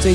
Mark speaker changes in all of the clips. Speaker 1: 最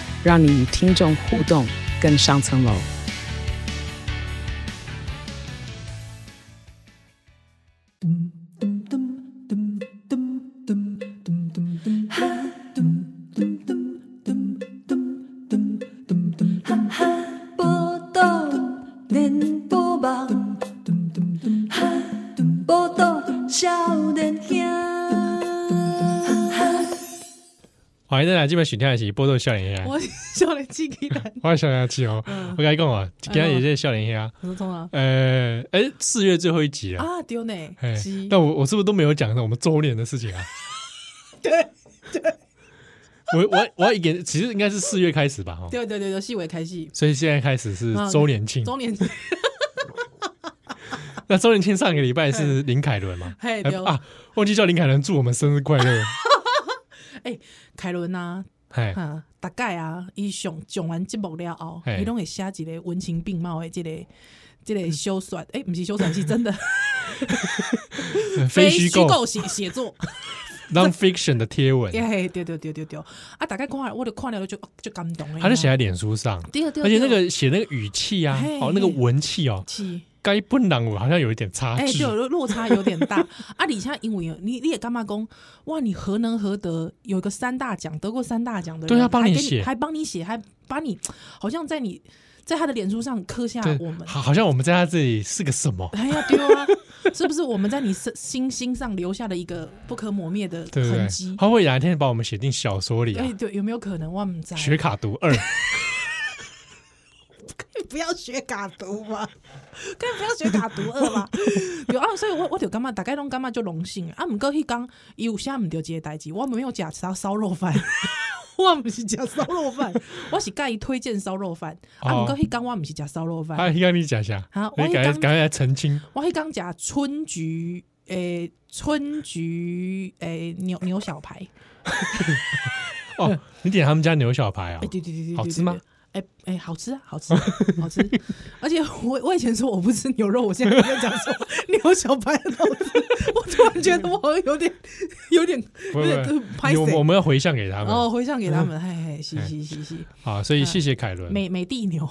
Speaker 1: 让你与听众互动更上层楼。
Speaker 2: 报道连波梦，报道少年兄。
Speaker 3: 欢迎大家即摆收听的是《波多少年兄啊
Speaker 4: 我嗯笑脸机给男，》，
Speaker 3: 我是少年七哦。我跟你讲啊，今天也是少年兄。
Speaker 4: 我说通啊
Speaker 3: 呃，哎，四月最后一集啊。
Speaker 4: 啊丢呢
Speaker 3: 哎，
Speaker 4: 鸡，
Speaker 3: 但我我是不是都没有讲到我们周年的事 情啊？对对，我我我要一点，其实应该是四月开始吧，哈。哦
Speaker 4: 对对对对，细尾开戏，
Speaker 3: 所以现在开始是周年庆。
Speaker 4: 中年
Speaker 3: 那周年庆上个礼拜是林凯伦嘛？
Speaker 4: 嗯嘿
Speaker 3: 哎
Speaker 4: 对哦
Speaker 3: 啊，忘记叫林凯伦祝我们生日快 乐。
Speaker 4: 哎凯伦呐，
Speaker 3: 哎，
Speaker 4: 哈，大概啊，伊上上完节目了后，
Speaker 3: 嘿
Speaker 4: 伊拢会写一个文情并茂的这个这个修算，诶，不是修算，是真的
Speaker 3: 非虚构
Speaker 4: 构写写作，
Speaker 3: non-fiction 的贴 文，
Speaker 4: 耶嘿，对对对对对，啊，大概看了我就看了就就感动了，
Speaker 3: 他就写在脸书上，
Speaker 4: 对，啊对对，
Speaker 3: 而且那个写那个语气啊
Speaker 4: 嘿，
Speaker 3: 哦，那个
Speaker 4: 嘿
Speaker 3: 文气哦，
Speaker 4: 气。
Speaker 3: 该不朗我好像有一点差
Speaker 4: 哎、
Speaker 3: 距
Speaker 4: 对，。落落差有点大 啊！李佳因为有你你也干嘛公哇？你何能何德？有一个三大奖，得过三大奖的人，
Speaker 3: 对啊帮
Speaker 4: 还
Speaker 3: 你
Speaker 4: 给你
Speaker 3: 写
Speaker 4: 还帮你写，还把你好像在你在他的脸书上刻下
Speaker 3: 对
Speaker 4: 我们，
Speaker 3: 好，好像我们在他这里是个什么？
Speaker 4: 哎呀丢啊！ 是不是我们在你心心心上留下了一个不可磨灭的
Speaker 3: 对不对
Speaker 4: 痕迹？？
Speaker 3: 他会哪一天把我们写进小说里啊
Speaker 4: 哎、？对，有没有可能？我们在
Speaker 3: 学卡读二，
Speaker 4: 不要学嘎读嘛，更不要学嘎读二嘛。有啊，所以我我就感觉大概拢感觉就荣幸啊。毋过迄讲伊有啥毋对即个代志，我没有食烧烧肉饭，我毋是食烧肉饭，我是甲伊推荐烧肉饭。啊，
Speaker 3: 哦
Speaker 4: 毋过迄讲我毋是食烧肉
Speaker 3: 他
Speaker 4: 饭，
Speaker 3: 啊让你讲一下
Speaker 4: 好，
Speaker 3: 你
Speaker 4: 我
Speaker 3: 赶快
Speaker 4: 刚
Speaker 3: 赶快来澄清。
Speaker 4: 我迄讲食春菊诶、春菊诶、牛牛小排。
Speaker 3: 哦，你点他们家牛小排啊
Speaker 4: 嗯哎、？对对对对对，
Speaker 3: 好吃
Speaker 4: 对
Speaker 3: 吗？
Speaker 4: 哎哎、好吃啊，好吃，好吃！ 而且我我以前说我不吃牛肉，我现在跟你讲说 牛小排很好吃，我突然觉得我好像有点有点
Speaker 3: 不
Speaker 4: 有点
Speaker 3: 不，
Speaker 4: 拍哦
Speaker 3: 你我们我
Speaker 4: 谁。
Speaker 3: 们要回向给他
Speaker 4: 然后
Speaker 3: 们
Speaker 4: 回向给他们， 嘿嘿，
Speaker 3: 哎
Speaker 4: 是是是是，
Speaker 3: 啊！所以谢谢凯伦，
Speaker 4: 美美地牛，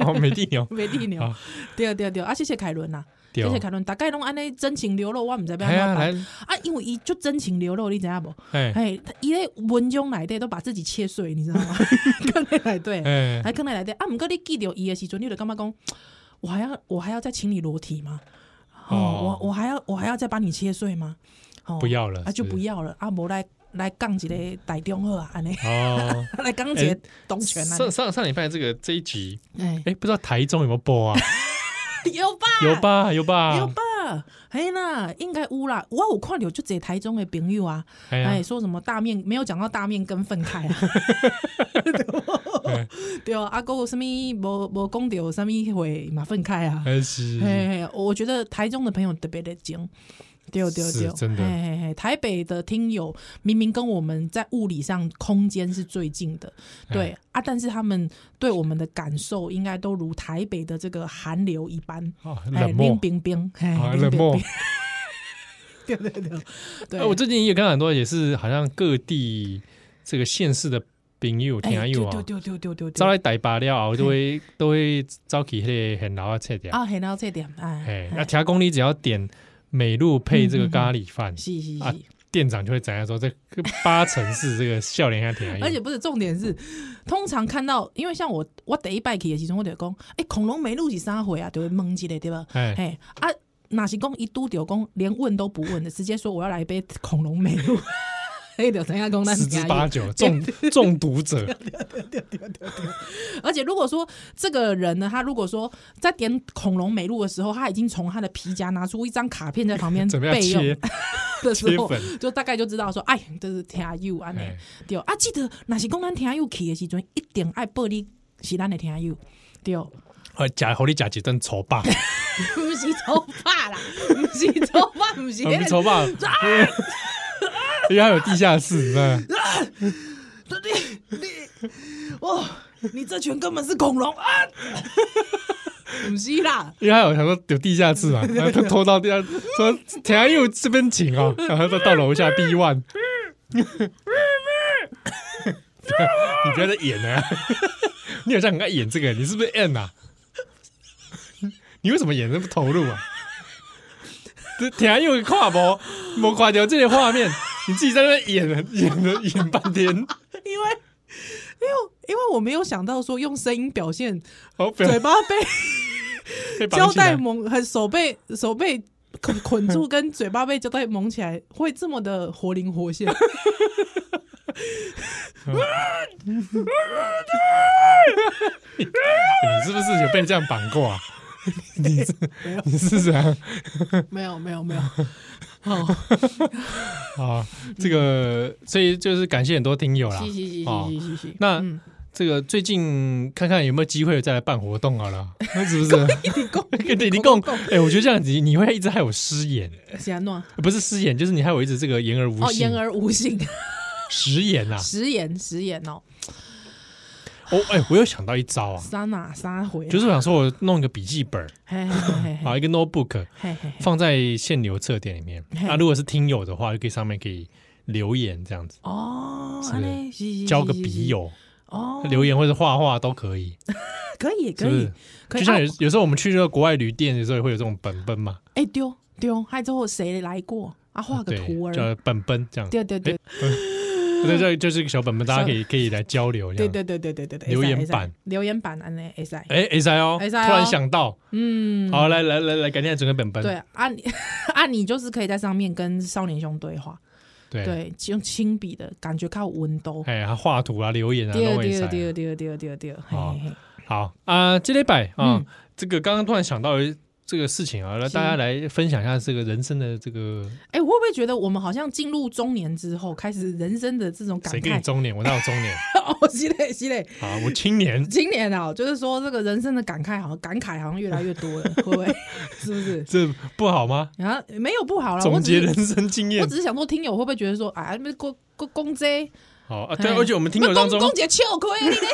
Speaker 3: 哦，美帝 牛，
Speaker 4: 美嗯地牛
Speaker 3: 好，
Speaker 4: 对啊对啊对啊，啊谢谢凯伦呐，
Speaker 3: 对哦
Speaker 4: 谢谢凯伦，大概拢安尼真情流露，我唔知要
Speaker 3: 哎呀，
Speaker 4: 安
Speaker 3: 来
Speaker 4: 怎，啊，因为伊就真情流露，你知影无？
Speaker 3: 哎
Speaker 4: 哎，他伊咧文章内底都把自己切碎，你知 道吗？ 看内内底，
Speaker 3: 哎，
Speaker 4: 还坑来来的啊！毋过你记着伊的时阵，你就感觉讲，我还要我还要再请你裸体吗？
Speaker 3: 哦
Speaker 4: 哦，我我还要我还要再把你切碎吗？哦，
Speaker 3: 不要了
Speaker 4: 啊，就是不要了啊！无来来杠一个大中二啊，安尼
Speaker 3: 哦，
Speaker 4: 来杠一个东泉啊
Speaker 3: 上，上上礼拜这个这一集，
Speaker 4: 哎，
Speaker 3: 哎，不知道台中有没有播啊？
Speaker 4: 有吧？
Speaker 3: 有？吧，有
Speaker 4: 有
Speaker 3: 吧，
Speaker 4: 吧？嘿啦，应该有啦。我有看到就这台中的朋友啊，
Speaker 3: 哎
Speaker 4: 哎，
Speaker 3: 呀，
Speaker 4: 说什么大面没有讲到大面跟粪开啊？
Speaker 3: 哎
Speaker 4: 对哦，阿有什么无无讲到什么会嘛粪开啊？
Speaker 3: 还哎是
Speaker 4: 嘿，嘿我觉得台中的朋友特别的精，对对
Speaker 3: 是
Speaker 4: 对，
Speaker 3: 真的
Speaker 4: 嘿嘿嘿，台北的听友明明跟我们在物理上空间是最近的，对、啊，但是他们对我们的感受应该都如台北的这个寒流一般，
Speaker 3: 哦
Speaker 4: 哎
Speaker 3: 冷漠
Speaker 4: 冷，冰冰，哎
Speaker 3: 啊，冷漠。。
Speaker 4: 冰冰 对对对，对，
Speaker 3: 哎，我最近也看到很多也是好像各地这个县市的朋友、
Speaker 4: 哎
Speaker 3: 听友啊
Speaker 4: 对，对对对对
Speaker 3: 招
Speaker 4: 对，
Speaker 3: 来台北了后，都会都会招起迄个很老啊菜点。
Speaker 4: 啊，很到这点，哎
Speaker 3: 哎，，那条公你只要点美露配这个咖喱饭，
Speaker 4: 是是
Speaker 3: 啊
Speaker 4: 是。
Speaker 3: 店长就会怎样说，这个八成是这个笑脸还甜，
Speaker 4: 而且不是重点是，通常看到，因为像我我第一摆去的时候，我就讲，哎、恐龙没录是啥回啊，就会蒙起来对吧？
Speaker 3: 哎
Speaker 4: 哎、啊， 哪是讲一嘟丢讲连问都不问的，直接说我要来一杯恐龙美露。迄就知影讲咱
Speaker 3: 十
Speaker 4: 是
Speaker 3: 之
Speaker 4: 听
Speaker 3: 八九中 中毒 者，
Speaker 4: 而且如果说这个人呢，他如果说在点恐龙美露的时候，他已经从他的皮夹拿出一张卡片在旁 边
Speaker 3: 怎么样
Speaker 4: 备用
Speaker 3: 切啊
Speaker 4: 的时候
Speaker 3: 切粉，
Speaker 4: 就大概就知道说，哎，这是听友安尼
Speaker 3: 哎
Speaker 4: 对啊，记得那是讲咱听友去的时阵，一定爱报你是咱的听友对。
Speaker 3: 呃，假狐狸假几顿丑霸，
Speaker 4: 不是头发啦， 不是头发，不是
Speaker 3: 我
Speaker 4: 那
Speaker 3: 们
Speaker 4: 个
Speaker 3: 丑霸， 因为它有地下室，嗯，
Speaker 4: 你你 哦，你这拳根本是恐龙啊！ 不是啦，
Speaker 3: 因为它有想说有地下室嘛，然后他偷到地下，说田安佑这边请哦，然后他到楼下 B one，你不要再演了、啊， 你好像很爱演这个，你是不是 N 啊？你为什么演得那么投入啊？这田安佑跨模，没跨掉这些画面，你自己在那边演了演了演半天，
Speaker 4: 因为因为因为我没有想到说用声音表现
Speaker 3: 好不要
Speaker 4: 嘴巴被
Speaker 3: 被绑
Speaker 4: 胶
Speaker 3: 起来
Speaker 4: 带蒙，和手被手被捆捆住，跟嘴巴被胶带蒙起来，会这么的活灵活现。
Speaker 3: 你是不是有被这样绑过啊？ 你是你是怎样？
Speaker 4: 没有没有 没有，哦好，
Speaker 3: 啊，这个，所以就是感嗯谢很多听友啦。
Speaker 4: 嘻嘻嘻
Speaker 3: 哦
Speaker 4: 嘻嘻嘻，
Speaker 3: 那
Speaker 4: 嗯
Speaker 3: 这个最近看看有没有机会再来办活动好 了，那是不是？
Speaker 4: 你讲
Speaker 3: 你 你共哎，我觉得这样子你会一直害我失言，呃
Speaker 4: 是安怎样？
Speaker 3: 不是失言，就是你害我一直这个言而无信，
Speaker 4: 啊
Speaker 3: 啊
Speaker 4: 哦，言而无信，
Speaker 3: 食言啊。
Speaker 4: 食言食言哦，
Speaker 3: 哦，哎，我又想到一招啊，
Speaker 4: 三哪三回啊，
Speaker 3: 就是我想说我弄一个笔记本
Speaker 4: 嘿嘿嘿嘿
Speaker 3: 啊，一个 notebook
Speaker 4: 嘿嘿嘿，
Speaker 3: 放在限流测点里面
Speaker 4: 嘿
Speaker 3: 啊，如果是听友的话，就可以上面可以留言这样子，
Speaker 4: 哦，
Speaker 3: 是
Speaker 4: 安尼是是
Speaker 3: 交个
Speaker 4: 是是
Speaker 3: 笔
Speaker 4: 是
Speaker 3: 友
Speaker 4: 哦，
Speaker 3: 留言或者画画都可以。
Speaker 4: 可以可
Speaker 3: 是不
Speaker 4: 以
Speaker 3: 是，
Speaker 4: 哦可以
Speaker 3: 就像有
Speaker 4: 啊
Speaker 3: 有时候我们去那个国外旅店的时候，也会有这种本本嘛，
Speaker 4: 哎丢丢，还之后谁来过啊？画个
Speaker 3: 对
Speaker 4: 图，儿，
Speaker 3: 叫哎本本这样。
Speaker 4: 对对对
Speaker 3: 对，这就是一个小本本，大家
Speaker 4: 小
Speaker 3: 可以可以来交流。
Speaker 4: 对。对对对对对对，
Speaker 3: 留言
Speaker 4: 可以可以
Speaker 3: 板
Speaker 4: 留言板安尼会使，
Speaker 3: 哎，S I 哦，
Speaker 4: 可以
Speaker 3: 突
Speaker 4: 哦
Speaker 3: 然想到，
Speaker 4: 嗯，
Speaker 3: 好，来来来来，改天来整个本本。
Speaker 4: 对啊你 啊你就是可以在上面跟少年兄对话，
Speaker 3: 对，
Speaker 4: 对，用亲笔的感觉靠温度。
Speaker 3: 哎，还画图啊，留言啊，哦
Speaker 4: 对
Speaker 3: 都会
Speaker 4: 对
Speaker 3: 塞。
Speaker 4: 对对对对对，嘿
Speaker 3: 好
Speaker 4: 嘿嘿，
Speaker 3: 好啊，这礼拜啊
Speaker 4: 嗯，
Speaker 3: 这个刚刚突然想到这个事情啊，来
Speaker 4: 是
Speaker 3: 大家来分享一下这个人生的这个
Speaker 4: 哎，我会不会觉得我们好像进入中年之后，开始人生的这种感
Speaker 3: 谁跟你
Speaker 4: 慨？
Speaker 3: 中年？我哪有中年
Speaker 4: 哦，是嘞是嘞，
Speaker 3: 啊？我青年，
Speaker 4: 今年啊，就是说这个人生的感慨，好像感慨好像越来越多了，会不 会？是不是？
Speaker 3: 这不好吗？
Speaker 4: 啊，没有不好啦，我
Speaker 3: 总
Speaker 4: 只
Speaker 3: 结
Speaker 4: 是
Speaker 3: 人生经验
Speaker 4: 我只是想说，听友会不会觉得说，哎，那公公公这，
Speaker 3: 好啊，对，
Speaker 4: 哎
Speaker 3: 而且我们听友当中
Speaker 4: 公公姐笑亏啊你咧，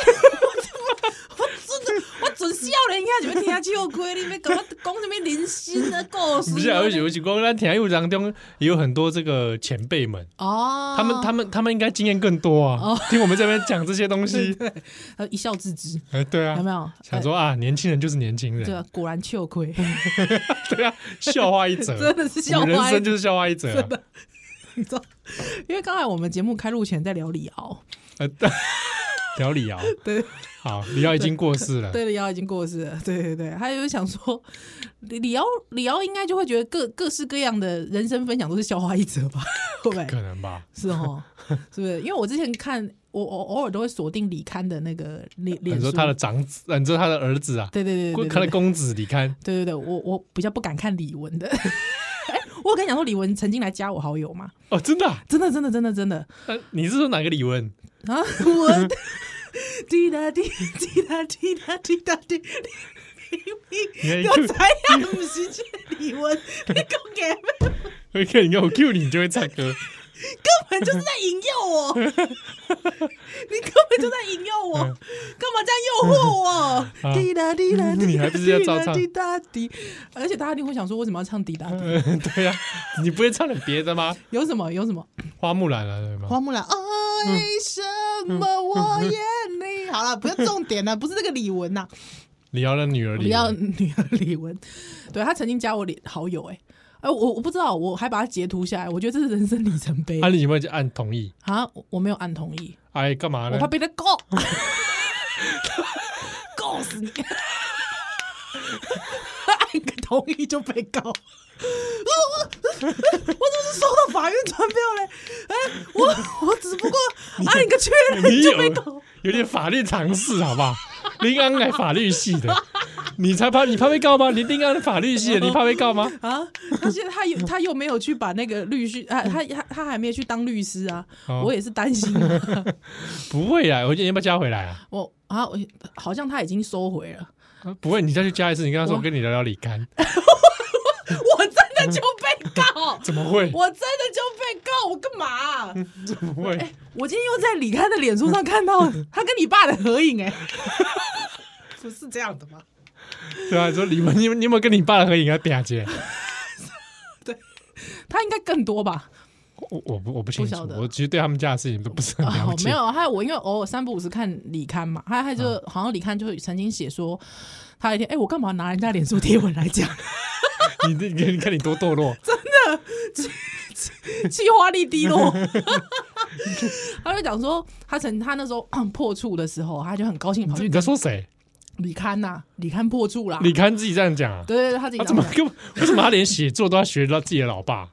Speaker 4: 我我准我准笑人家就要听笑亏，你要跟我讲什么零星的故事？
Speaker 3: 不是啊，而且尤其光咱田佑当中也有很多这个前辈们，
Speaker 4: 哦，
Speaker 3: 他们他们他们应该经验更多啊，听我们这边讲这些东 西，
Speaker 4: 他呃一笑置之，
Speaker 3: 哎，对啊
Speaker 4: 有，没有？
Speaker 3: 想说啊，年轻人就是年轻
Speaker 4: 哎对
Speaker 3: 人，
Speaker 4: 啊，果然笑亏，
Speaker 3: 对啊，笑话一则，
Speaker 4: 真的是笑
Speaker 3: 我们人
Speaker 4: 歪
Speaker 3: 生就是笑话一则啊，
Speaker 4: 你知道，因为刚才我们节目开录前在聊李敖，
Speaker 3: 呃， 聊李敖，
Speaker 4: 对
Speaker 3: 啊好，李敖已经过世了，
Speaker 4: 对，李敖已经过世了， 对对对，他就想说，李李敖李敖应该就会觉得各各式各样的人生分享都是笑话一则吧， 会不会？
Speaker 3: 可能吧，
Speaker 4: 是哦，是不是？因为我之前看，我我偶尔都会锁定李刊的那个脸脸
Speaker 3: 啊你
Speaker 4: 书，
Speaker 3: 说他的长子，啊你说他的儿子啊，
Speaker 4: 对对对对
Speaker 3: 他的
Speaker 4: 对对
Speaker 3: 公子李堪，
Speaker 4: 对对对，我我比较不敢看李玟的。 哎我跟你讲说，李玟曾经来加我好友嘛，
Speaker 3: 哦，真的啊，
Speaker 4: 真的真的真的真的
Speaker 3: 呃你是说哪个李 玟？
Speaker 4: 啊！我滴答滴滴答滴答滴答滴，
Speaker 3: 你看
Speaker 4: 你我才要不是这个李玟，你讲给根
Speaker 3: 你看你看我 Q 你，你就会唱歌。
Speaker 4: 本就是在引诱我，你根本就在引诱我，
Speaker 3: 嗯
Speaker 4: 干嘛这样诱惑我？滴答滴答滴答，
Speaker 3: 嗯你还不是要照唱
Speaker 4: 滴答滴，而且大家一定会想说，为什么要唱滴答滴？
Speaker 3: 嗯， 对呀、你不会唱点别的吗？
Speaker 4: 有什么有什么？
Speaker 3: 花木兰啊，对吗？
Speaker 4: 花木兰，
Speaker 3: 嗯
Speaker 4: 爱什么我眼里。好了，不要重点了，不是这个李玟呐，
Speaker 3: 李敖的女儿
Speaker 4: 不
Speaker 3: 李
Speaker 4: 要
Speaker 3: 玟，
Speaker 4: 女儿哦 李玟，对他曾经加我脸好友哎、哎、我我不知道，我还把它截图下来，我觉得这是人生里程碑
Speaker 3: 啊，你有没有去按同意？
Speaker 4: 啊！我我没有按同意，
Speaker 3: 哎，干嘛呢
Speaker 4: 我怕？被他告， 告死你！按一个同意就被告。 我我怎么是收到法院传票嘞？哎、我我只不过按一个确认
Speaker 3: 你
Speaker 4: 就
Speaker 3: 有
Speaker 4: 被告。
Speaker 3: 有点法律常识，好不 好？林安乃法律系的，你才怕你怕被告吗？林林安乃法律系的，你怕被告吗？
Speaker 4: 啊，而且他有他又没有去把那个律师啊，他他他还没去当律师啊，
Speaker 3: 哦
Speaker 4: 我也是担心啊、
Speaker 3: 不会啊，我今天要不要加回来啊？
Speaker 4: 我啊，我好像他已经收回 了，
Speaker 3: 不会，你再去加一次，你跟他说
Speaker 4: 我
Speaker 3: 我跟你聊聊李干，，
Speaker 4: 我真的就被告
Speaker 3: 怎么会？
Speaker 4: 我真的就被告，我干嘛啊、
Speaker 3: 怎么会？
Speaker 4: 我今天又在李刊的脸书上看到他跟你爸的合影、哎，不 是这样的吗？
Speaker 3: 对啊，你说你们你有你有没有跟你爸的合影啊？表 姐，
Speaker 4: 他应该更多吧？
Speaker 3: 我我不我不清
Speaker 4: 不
Speaker 3: 楚
Speaker 4: 晓，得
Speaker 3: 我其实对他们家的事情都不是很了
Speaker 4: 哦，
Speaker 3: 解。
Speaker 4: 没有，还有我因为偶尔三不五时看李刊嘛，还还就、好像李刊就曾经写说，他一天哎、我干嘛拿人家脸书贴文来讲？
Speaker 3: 你这你你看你多堕 落，
Speaker 4: 气化力低 落。 他就讲说，他曾他那时候 破处的时候，他就很高兴
Speaker 3: 你
Speaker 4: 跑
Speaker 3: 这
Speaker 4: 去
Speaker 3: 你在说谁？
Speaker 4: 李刊呐、李刊破处啦。
Speaker 3: 李刊自己这样讲啊？
Speaker 4: 对对对，他自己
Speaker 3: 他怎
Speaker 4: 讲
Speaker 3: 么跟为什么他连写作都要学到自己的老爸？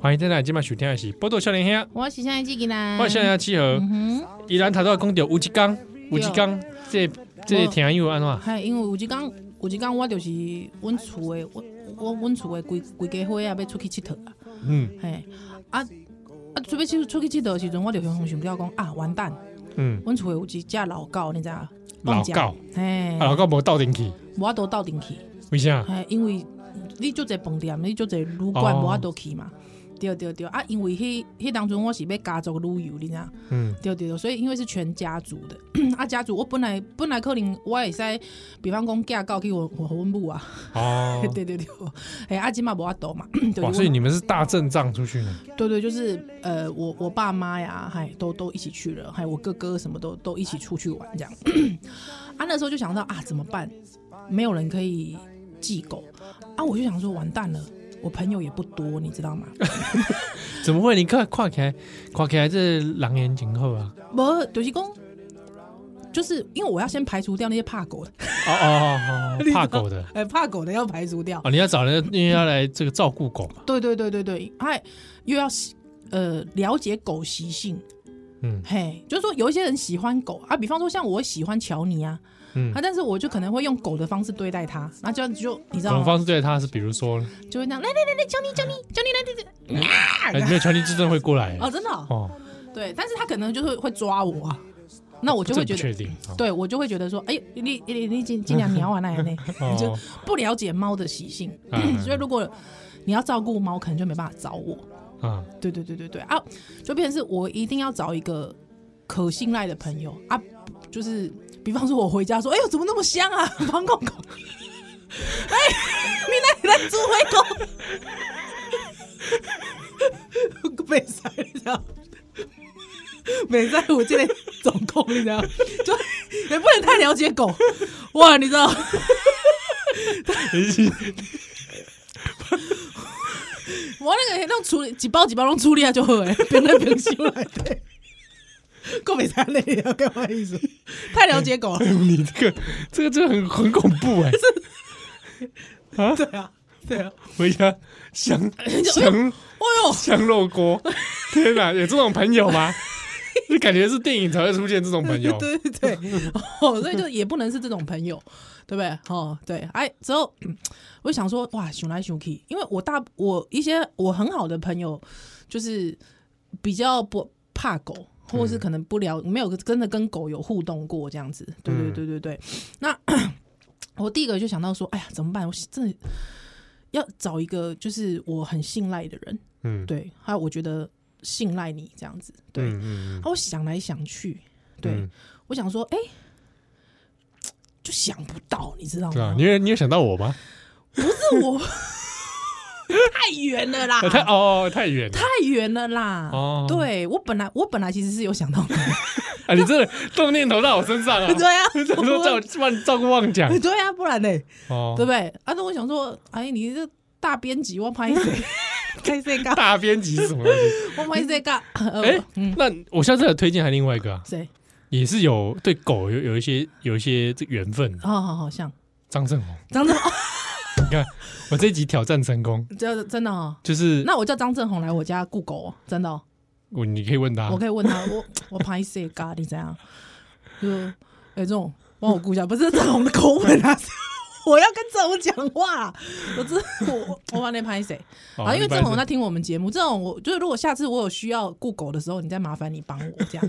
Speaker 3: 欢迎再来今晚收听的是《波多少年兄》，
Speaker 4: 我是现在记给啦，
Speaker 3: 欢迎来七和。
Speaker 4: 嗯
Speaker 3: 依然谈到讲到有一工，有一工，这这听友安怎？
Speaker 4: 嗨，因为有一工，有一工我就是阮厝的，我我阮厝的规规家伙啊，要出去佚佗啊，
Speaker 3: 嗯
Speaker 4: 嘿，啊啊，准备去出去佚佗的时阵，我就想想到讲啊，完蛋，
Speaker 3: 嗯，
Speaker 4: 阮厝的有一只老狗，你知道？
Speaker 3: 老
Speaker 4: 放
Speaker 3: 狗
Speaker 4: 假，嘿
Speaker 3: 啊，，老狗无斗阵去，
Speaker 4: 我都斗阵去，
Speaker 3: 为啥？
Speaker 4: 嘿，因为你就一饭店，你就一旅馆，
Speaker 3: 哦
Speaker 4: 无法度去嘛。对对对，啊，因为迄迄当中我是要家族旅游，你知道？
Speaker 3: 嗯
Speaker 4: 对对对，所以因为是全家族的， 啊，家族我本来本来可能我会使，比方讲嫁到去我我阮母啊，，
Speaker 3: 哦
Speaker 4: 对对对，哎，啊，即嘛无法度嘛， 就是
Speaker 3: 哇，
Speaker 4: 我
Speaker 3: 所以你们是大阵仗出去呢？
Speaker 4: 对对，就是呃，我我爸妈呀，嗨，都都一起去了，还有我哥哥什么都都一起出去玩这样。 啊，那时候就想到啊，怎么办？没有人可以寄狗啊，我就想说完蛋了，我朋友也不多，你知道吗？
Speaker 3: 怎么会？你看看起来，看起来这狼言情后啊！
Speaker 4: 不，就是公，就是因为我要先排除掉那些怕狗的，
Speaker 3: 哦哦 哦哦，怕狗的
Speaker 4: 哎、怕狗的要排除掉。
Speaker 3: 哦，你要找人，因为要来这个照顾狗嘛。
Speaker 4: 对对对对对，哎，又要喜呃了解狗习性，
Speaker 3: 嗯
Speaker 4: 嘿，就是说有一些人喜欢狗啊，比方说像我喜欢乔尼啊，
Speaker 3: 嗯
Speaker 4: 啊，但是我就可能会用狗的方式对待它，那这样就你知
Speaker 3: 怎么
Speaker 4: 道吗？
Speaker 3: 方式对待它是，比如说，
Speaker 4: 就会那样，来来来来，乔尼乔尼乔尼来这这，
Speaker 3: 哎，没有乔尼之真会过来
Speaker 4: 哦，真的哦、
Speaker 3: 哦，
Speaker 4: 对，但是他可能就是会抓我啊，那我就
Speaker 3: 这
Speaker 4: 会
Speaker 3: 不
Speaker 4: 觉
Speaker 3: 确
Speaker 4: 得。
Speaker 3: 定。哦
Speaker 4: 对，我就会觉得说，哎、你你你尽尽量瞄啊那样那，
Speaker 3: 哦
Speaker 4: 就不了解猫的习性，
Speaker 3: 嗯
Speaker 4: 所以如果你要照顾猫，可能就没办法找我。
Speaker 3: 啊，
Speaker 4: 对对对对对啊，就变成是我一定要找一个可信赖的朋友啊，就是比方说我回家说，哎呦怎么那么香啊，王公公，哎，你那里来煮回公，没塞你知道。没在我这里总控，你知道，就也不能太了解狗，哇，你知道，
Speaker 3: 哎
Speaker 4: 我那个弄处理一包一包拢处理啊就好 诶，冰来冰箱来对。够没 太累了，干嘛意思？太了解狗了，
Speaker 3: 你这个这个真的很很恐怖哎！啊，
Speaker 4: 对啊， 对啊。
Speaker 3: 回家香 香
Speaker 4: 哎呦，
Speaker 3: 香肉锅，天哪，有这种朋友吗？ 就感觉是电影才会出现这种朋友。
Speaker 4: 对 对对，哦，所以就也不能是这种朋友，对不对？哦，对，哎，之后嗯我想说，哇，想来想去，因为我大我一些我很好的朋友，就是比较不怕狗，或
Speaker 3: 嗯
Speaker 4: 者是可能不了没有真的跟狗有互动过这样子，对
Speaker 3: 嗯
Speaker 4: 对对对对。那 我第一个就想到说，哎呀，怎么办？我真的要找一个就是我很信赖的人，
Speaker 3: 嗯，
Speaker 4: 对，还有我觉得信赖你这样子，对。
Speaker 3: 嗯嗯
Speaker 4: 啊，我想来想去，对、
Speaker 3: 嗯
Speaker 4: 我想说，哎、就想不到，你知道
Speaker 3: 嗯，啊
Speaker 4: 吗，？
Speaker 3: 你有你有想到我吗？
Speaker 4: 不是我， 太远了啦，
Speaker 3: 啊太哦太远了
Speaker 4: 太远了啦。
Speaker 3: 哦
Speaker 4: 对我本来我本来其实是有想到 的，
Speaker 3: 啊！你真的动念头到我身上啊！
Speaker 4: 对啊
Speaker 3: 想说叫我照照顾妄讲
Speaker 4: 对啊，不然呢，
Speaker 3: 哎哦
Speaker 4: 对不，对？啊，那我想说，哎，你这大编辑，我 拍谁？拍谁干？
Speaker 3: 大编辑是什么东西？
Speaker 4: 我拍谁干？
Speaker 3: 哎、
Speaker 4: 哎，嗯，
Speaker 3: 那我下次有推荐还另外一个、啊，
Speaker 4: 谁？
Speaker 3: 也是有对狗有有一些有一些这缘分的。
Speaker 4: 哦好好好像
Speaker 3: 张正 宏，
Speaker 4: 张正，哦
Speaker 3: 你看我这一集挑战成功，
Speaker 4: 这真的哦。
Speaker 3: 就是
Speaker 4: 那我叫张正宏来我家雇狗哦，真的哦。
Speaker 3: 我你可以问他
Speaker 4: 我，可以问他，我 我拍谁咖喱怎样？就哎、这种帮我顾一下，不是郑红的口吻啊， 是我要跟郑红讲话、我真我我把那拍谁
Speaker 3: 哦
Speaker 4: 啊？因为
Speaker 3: 一般
Speaker 4: 郑
Speaker 3: 是
Speaker 4: 红在听我们节目，郑红我就是如果下次我有需要顾狗的时候，你再麻烦你帮我这样。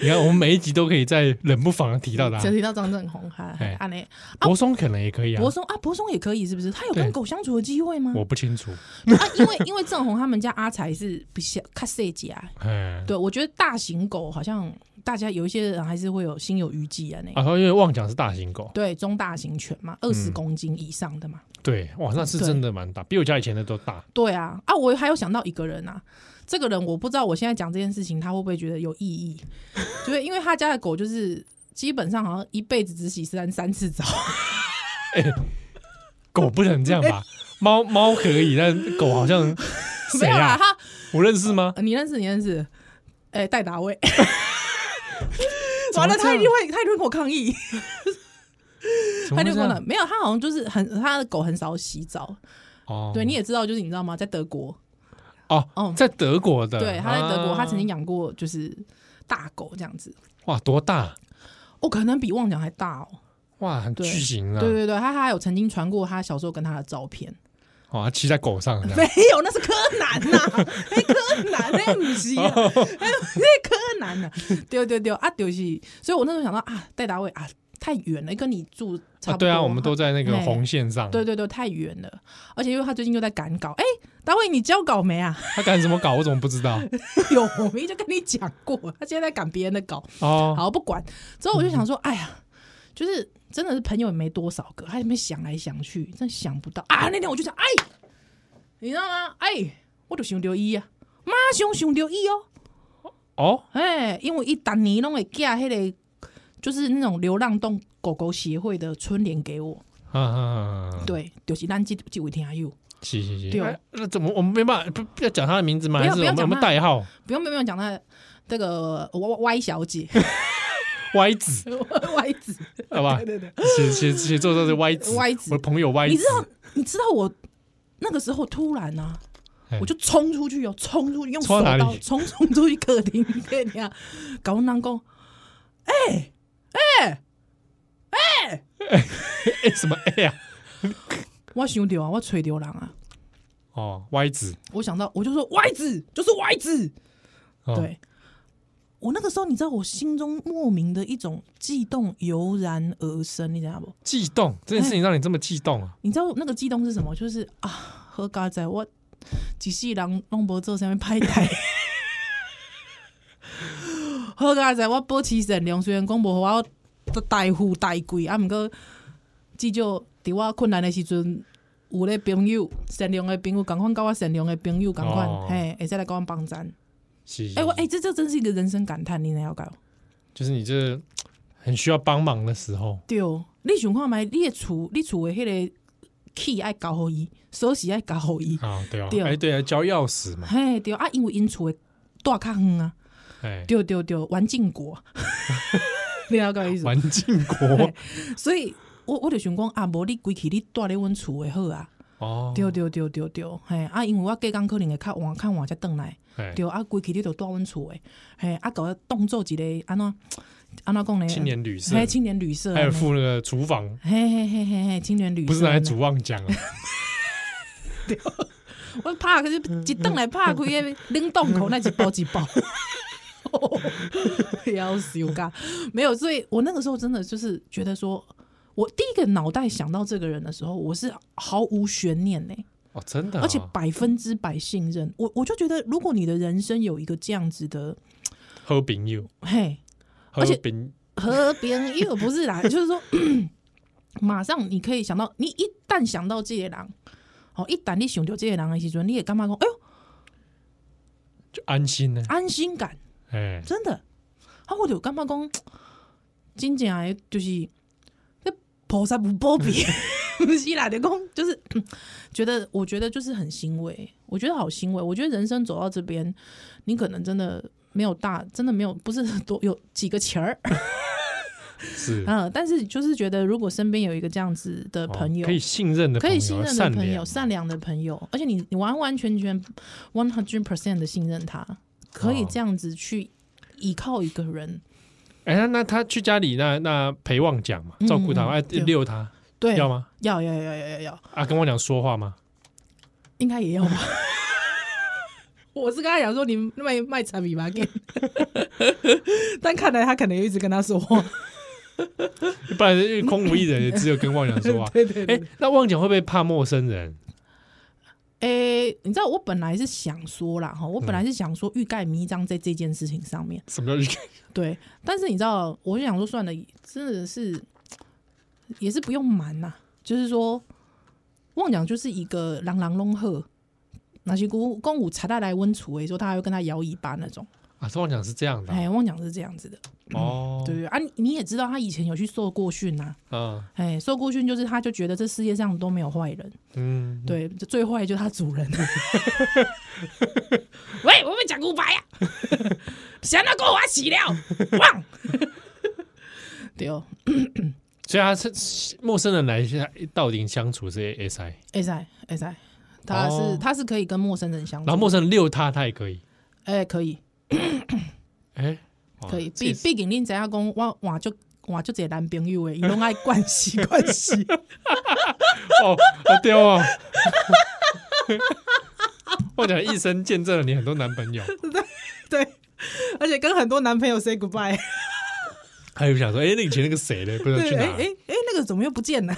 Speaker 3: 你看我们每一集都可以在冷不防地提 到他
Speaker 4: 只，提到张正红，还
Speaker 3: 哎
Speaker 4: 安内
Speaker 3: 柏松可能也可以啊
Speaker 4: 柏，松啊，柏松也可以是不是？他有
Speaker 3: 对
Speaker 4: 跟狗相处的机会吗？
Speaker 3: 我不清楚，
Speaker 4: 啊，因为因为郑红他们家阿才是比较卡塞家，啊
Speaker 3: 哎，
Speaker 4: 对我觉得大型狗好像大家有一些人还是会有心有余悸啊那。
Speaker 3: 啊，因为旺角是大型狗，
Speaker 4: 对，中大型犬嘛，二
Speaker 3: 嗯
Speaker 4: 十公斤以上的嘛。
Speaker 3: 对，哇，那是真的蛮大，比我家以前的都大。
Speaker 4: 对啊，啊，我还有想到一个人啊，这个人我不知道我现在讲这件事情他会不会觉得有意义，就是因为他家的狗就是基本上好像一辈子只洗三三次澡，
Speaker 3: 狗不能这样 吧？猫猫可以，但狗好像谁
Speaker 4: 没有啦，
Speaker 3: 啊？
Speaker 4: 他
Speaker 3: 我认识吗？
Speaker 4: 呃你认识你认识，哎、戴达威，
Speaker 3: 怎么
Speaker 4: 完了
Speaker 3: 这
Speaker 4: 他
Speaker 3: 样
Speaker 4: 一定会他一定会跟我抗议，
Speaker 3: 怎么
Speaker 4: 他
Speaker 3: 会
Speaker 4: 就
Speaker 3: 这
Speaker 4: 说
Speaker 3: 样
Speaker 4: 了没有，他好像就是很他的狗很少洗澡，
Speaker 3: 哦，
Speaker 4: 对你也知道就是你知道吗，在德国，
Speaker 3: 哦
Speaker 4: 嗯，
Speaker 3: 在德国的，
Speaker 4: 对他在德国、
Speaker 3: 啊
Speaker 4: 他曾经养过就是大狗这样子，
Speaker 3: 哇多大
Speaker 4: 哦，可能比旺角还大哦。
Speaker 3: 哇，很
Speaker 4: 对
Speaker 3: 巨型啊！
Speaker 4: 对对对，他他还有曾经传过他小时候跟他的照片。
Speaker 3: 哇，它骑在狗上这样啊
Speaker 4: 没有，那是柯南呐、 那柯南，那不是啊，
Speaker 3: 哦
Speaker 4: 那那柯南呐、对对对，啊，就是，所以我那时候想到啊，戴达伟啊，太远了，跟你住
Speaker 3: 啊，
Speaker 4: 差不多。
Speaker 3: 对啊，我们都在那个
Speaker 4: 嘿
Speaker 3: 红线上。
Speaker 4: 对对对，太远了，而且因为他最近又在赶稿，哎、达伟，你交稿没啊？
Speaker 3: 他敢怎么搞？我怎么不知道？
Speaker 4: 有，我明明就跟你讲过，他现在在赶别人的稿。
Speaker 3: 哦，
Speaker 4: 好，不管。之后我就想说，哎呀，就是真的是朋友也没多少个，还在那边想来想去，真想不到啊。那天我就想，哎，你知道吗？哎，我就想到伊啊，马上想到伊哦。
Speaker 3: 哦，
Speaker 4: 哎，因为伊逐年拢会寄迄、个，就是那种流浪动狗狗协会的春联给我。
Speaker 3: 啊啊啊！啊，
Speaker 4: 对，就是咱这这位听友，
Speaker 3: 是是是。
Speaker 4: 对
Speaker 3: 哎那怎么我们没办法不不要讲他的名字吗？
Speaker 4: 不
Speaker 3: 还
Speaker 4: 要
Speaker 3: 是我
Speaker 4: 不要
Speaker 3: 们我
Speaker 4: 讲
Speaker 3: 们
Speaker 4: 他
Speaker 3: 代号
Speaker 4: 不用不用不用讲那这个 Y Y 小姐
Speaker 3: 歪子，
Speaker 4: Y 子，
Speaker 3: 好吧？
Speaker 4: 对对对。
Speaker 3: 写写写作都是歪子，
Speaker 4: 歪子
Speaker 3: 我的朋友歪子，
Speaker 4: 你知道，你知道我那个时候突然啊
Speaker 3: 嘿，
Speaker 4: 我就冲出去哦，冲出去用
Speaker 3: 冲
Speaker 4: 手
Speaker 3: 到哪里
Speaker 4: 刀冲冲出去客厅，跟你啊， 搞人讲，
Speaker 3: 哎，什么哎呀？
Speaker 4: 我想到啊，我吹到人啊，
Speaker 3: 哦，歪子，
Speaker 4: 我想到我就说歪子就是歪子，
Speaker 3: 哦，
Speaker 4: 对。我那个时候，你知道，我心中莫名的一种悸动油然而生，你知道不？
Speaker 3: 悸动这
Speaker 4: 哎
Speaker 3: 件事情让你这么悸动啊？
Speaker 4: 你知道那个悸动是什么？就是啊，喝咖仔，我一世人拢无做啥物歹代。 好咖仔，我保持善良，虽然讲无互我大富大贵，啊，毋过至少伫我困难的时阵，有咧朋友，善良的朋友，共款甲我善良的朋友，共款
Speaker 3: 哦，
Speaker 4: 嘿、会使来甲我帮赞。
Speaker 3: 是，
Speaker 4: 哎诶、我
Speaker 3: 是
Speaker 4: 诶、这这真是一个人生感叹，你了解无？
Speaker 3: 就是你这很需要帮忙的时候，
Speaker 4: 对，哦你想看觅你的厝，你厝的迄个气爱交互伊，锁匙爱交互伊。
Speaker 3: 啊，对啊，
Speaker 4: 对
Speaker 3: 哎，对啊，交钥匙嘛，
Speaker 4: 嘿，对啊，因为因厝的住较远啊，
Speaker 3: 哎，
Speaker 4: 对对对，环境国，你 了解我意思吗？
Speaker 3: 环境
Speaker 4: 哎
Speaker 3: 国，
Speaker 4: 所以我我就想讲啊，无你规去你住咧阮厝的好啊，
Speaker 3: 哦，
Speaker 4: 对对对对对，嘿啊，因为我隔工可能会较晚较晚才转来，
Speaker 3: 哎，
Speaker 4: 对啊，规去你就住阮厝的，嘿啊，搞当做一个安怎安怎讲呢？
Speaker 3: 青年旅社
Speaker 4: 嘿，青年旅社，
Speaker 3: 还有附那个厨房，
Speaker 4: 嘿嘿嘿嘿嘿，青年旅社
Speaker 3: 不是拿来
Speaker 4: 呢
Speaker 3: 煮旺酱啊，
Speaker 4: 我拍可是一顿来拍开个冷冻口那一包一包，哦要死我噶！没有，所以我那个时候真的就是觉得说，我第一个脑袋想到这个人的时候，我是毫无悬念呢、
Speaker 3: 哦，真的哦，
Speaker 4: 而且百分之百信任。我我就觉得，如果你的人生有一个这样子的，
Speaker 3: 喝饼友，
Speaker 4: 嘿，
Speaker 3: 喝
Speaker 4: 而且
Speaker 3: 饼，
Speaker 4: 和别人又不是啦，就是说， 马上你可以想到，你一旦想到这些人，哦，一旦你想到这些人的时阵，你也干嘛讲，哎呦，
Speaker 3: 就安心呢，
Speaker 4: 安心感。
Speaker 3: 哎，
Speaker 4: 真的。啊，我就感觉讲，真正的就是那菩萨不 保庇，不是啦，就讲就是 嗯觉得，我觉得就是很欣慰，我觉得好欣慰。我觉得人生走到这边，你可能真的没有大，真的没有不是很多有几个钱儿，
Speaker 3: 是，
Speaker 4: 嗯，但是就是觉得如果身边有一个这样子的
Speaker 3: 哦
Speaker 4: 朋友，
Speaker 3: 可以信任的朋
Speaker 4: 可
Speaker 3: 友，啊
Speaker 4: 以信任的
Speaker 3: 善
Speaker 4: 朋友，
Speaker 3: 良
Speaker 4: 善良的朋友，而且你你完完全全 one hundred percent 的信任他，可以
Speaker 3: 哦
Speaker 4: 这样子去依靠一个人，
Speaker 3: 哎、那那他去家里那那陪旺讲嘛，
Speaker 4: 嗯
Speaker 3: 照顾他，哎、
Speaker 4: 对
Speaker 3: 遛他，
Speaker 4: 对，
Speaker 3: 要吗？
Speaker 4: 要要要要要要，
Speaker 3: 啊，跟我讲说话吗？
Speaker 4: 应该也要吧。 我是跟他讲说你卖卖产品吧，给， 但看来他可能一直跟他说话。
Speaker 3: 不然就空无一人，也只有跟旺讲说话。
Speaker 4: 对对
Speaker 3: 哎、
Speaker 4: 对，
Speaker 3: 那旺讲会不会怕陌生人？
Speaker 4: 诶、你知道我本来是想说啦，哈，我本来是想说欲盖弥彰在这件事情上面，
Speaker 3: 什么叫预感？
Speaker 4: 对。但是你知道，我就想说，算了，真的是也是不用瞒呐、就是说，妄讲就是一个朗朗龙鹤，那些公公武查带来温楚诶，说他还会跟他摇尾巴那种，
Speaker 3: 啊，通常讲是这样的啊
Speaker 4: 哎、妄讲是这样子的，
Speaker 3: 哦，
Speaker 4: 对对对啊，你你也知道他以前有去受过训呐、
Speaker 3: 嗯
Speaker 4: 哎，受过训就是他就觉得这世界上都没有坏人，
Speaker 3: 嗯，
Speaker 4: 对，这最坏就是他主 人。喂，我们讲古白呀、啊，想到给我洗了，忘。对哦，
Speaker 3: 所以他是陌生人来下到顶相处是 S I，
Speaker 4: 哎塞哎塞，他是、
Speaker 3: 哦
Speaker 4: 他是可以跟陌生人相处，
Speaker 3: 然后陌生人遛他，他也可以，
Speaker 4: 哎、可以
Speaker 3: 哎，哇
Speaker 4: 可以，
Speaker 3: 这也
Speaker 4: 毕
Speaker 3: 是
Speaker 4: 毕竟恁知影讲，我我就我就这男朋友诶，伊拢爱惯习 惯习，
Speaker 3: 哦，好丢哦！ 我讲一生见证了你很多男朋友，
Speaker 4: 对， 而且跟很多男朋友 say goodbye。
Speaker 3: 还有想说，哎、那以前那个谁呢？不知道
Speaker 4: 对，
Speaker 3: 去哪
Speaker 4: 哎
Speaker 3: 了？
Speaker 4: 哎哎，那个怎么又不见了？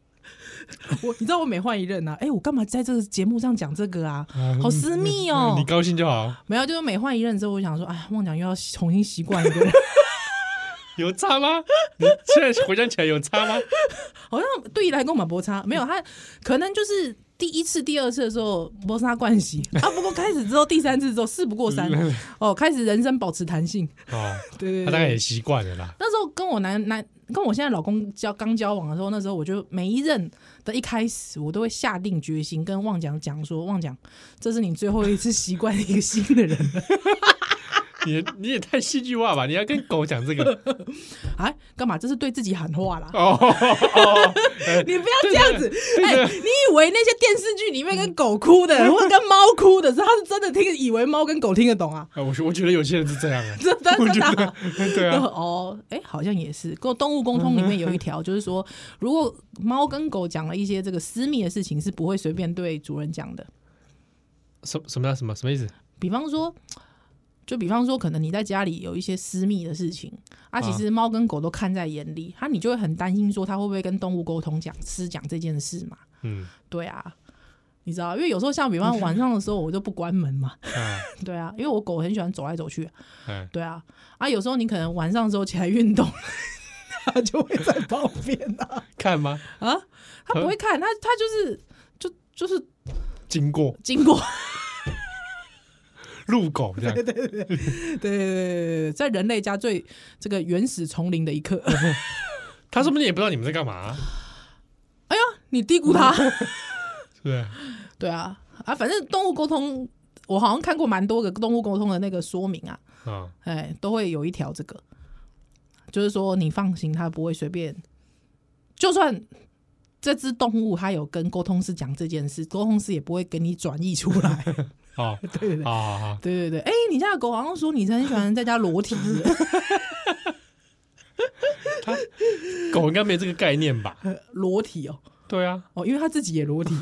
Speaker 4: 我你知道我每换一任啊，哎、我干嘛在这个节目上讲这个啊？好私密哦、
Speaker 3: 嗯你高兴就好，
Speaker 4: 没有，就是每换一任之后，我想说，哎，忘讲又要重新习惯一个人，
Speaker 3: 有差吗？你现在回想起来有差吗？
Speaker 4: 好像对于来跟我们摩擦没有，他可能就是第一次、第二次的时候摩擦惯习啊，不过开始之后第三次之后事不过 三哦，开始人生保持弹性，
Speaker 3: 哦，
Speaker 4: 对对
Speaker 3: 他大
Speaker 4: 对
Speaker 3: 概也习惯了啦。
Speaker 4: 那时候跟我男男跟我现在老公交刚交往的时候，那时候我就每一任的一开始，我都会下定决心跟旺讲讲说，旺讲，这是你最后一次习惯一个新的人了。
Speaker 3: 你你也太戏剧化吧？你要跟狗讲这 个
Speaker 4: 哎，干嘛？这是对自己喊话啦！
Speaker 3: 哦哦，
Speaker 4: 你不要这样子。哎、你以为那些电视剧里面跟狗哭的，或者跟猫哭的，是他是真的听，以为猫跟狗听得懂啊？
Speaker 3: 啊我我觉得有些人是这样啊，
Speaker 4: 真 的真的啊。
Speaker 3: 对啊，
Speaker 4: 哦，哎、好像也是。跟动物沟通里面有一条，就是说，如果猫跟狗讲了一些这个私密的事情，是不会随便对主人讲的。
Speaker 3: 什什么啊什么什么意思？
Speaker 4: 比方说，就比方说，可能你在家里有一些私密的事情啊，其实猫跟狗都看在眼里，它、你就会很担心说它会不会跟动物沟通讲私讲这件事嘛？
Speaker 3: 嗯
Speaker 4: 对啊，你知道，因为有时候像比方晚上的时候，我就不关门嘛，
Speaker 3: 啊
Speaker 4: 对啊，因为我狗很喜欢走来走去，
Speaker 3: 嗯，
Speaker 4: 对啊，啊，有时候你可能晚上的时候起来运动。它就会在旁边啊，
Speaker 3: 看吗？
Speaker 4: 啊，它不会看，它它就是就就是
Speaker 3: 经过
Speaker 4: 经过，
Speaker 3: 路狗这样，
Speaker 4: 对对对对对对，在人类家最这个原始丛林的一刻，
Speaker 3: 他说不定也不知道你们在干嘛啊、
Speaker 4: 哎呀， 你低估他。
Speaker 3: 是不是？
Speaker 4: 对啊，啊，反正动物沟通，我好像看过蛮多个动物沟通的那个说明啊，
Speaker 3: 啊，
Speaker 4: 哎，都会有一条这个，就是说你放心，它不会随便，就算这只动物它有跟沟通师讲这件事，沟通师也不会给你转译出来。
Speaker 3: 哦，
Speaker 4: 对对对
Speaker 3: 好好好，
Speaker 4: 对对对，哎、你家的狗好像说你很喜欢在家裸体是不是
Speaker 3: 狗应该没这个概念吧？
Speaker 4: 裸体哦，
Speaker 3: 对啊，
Speaker 4: 哦，因为它自己也裸体。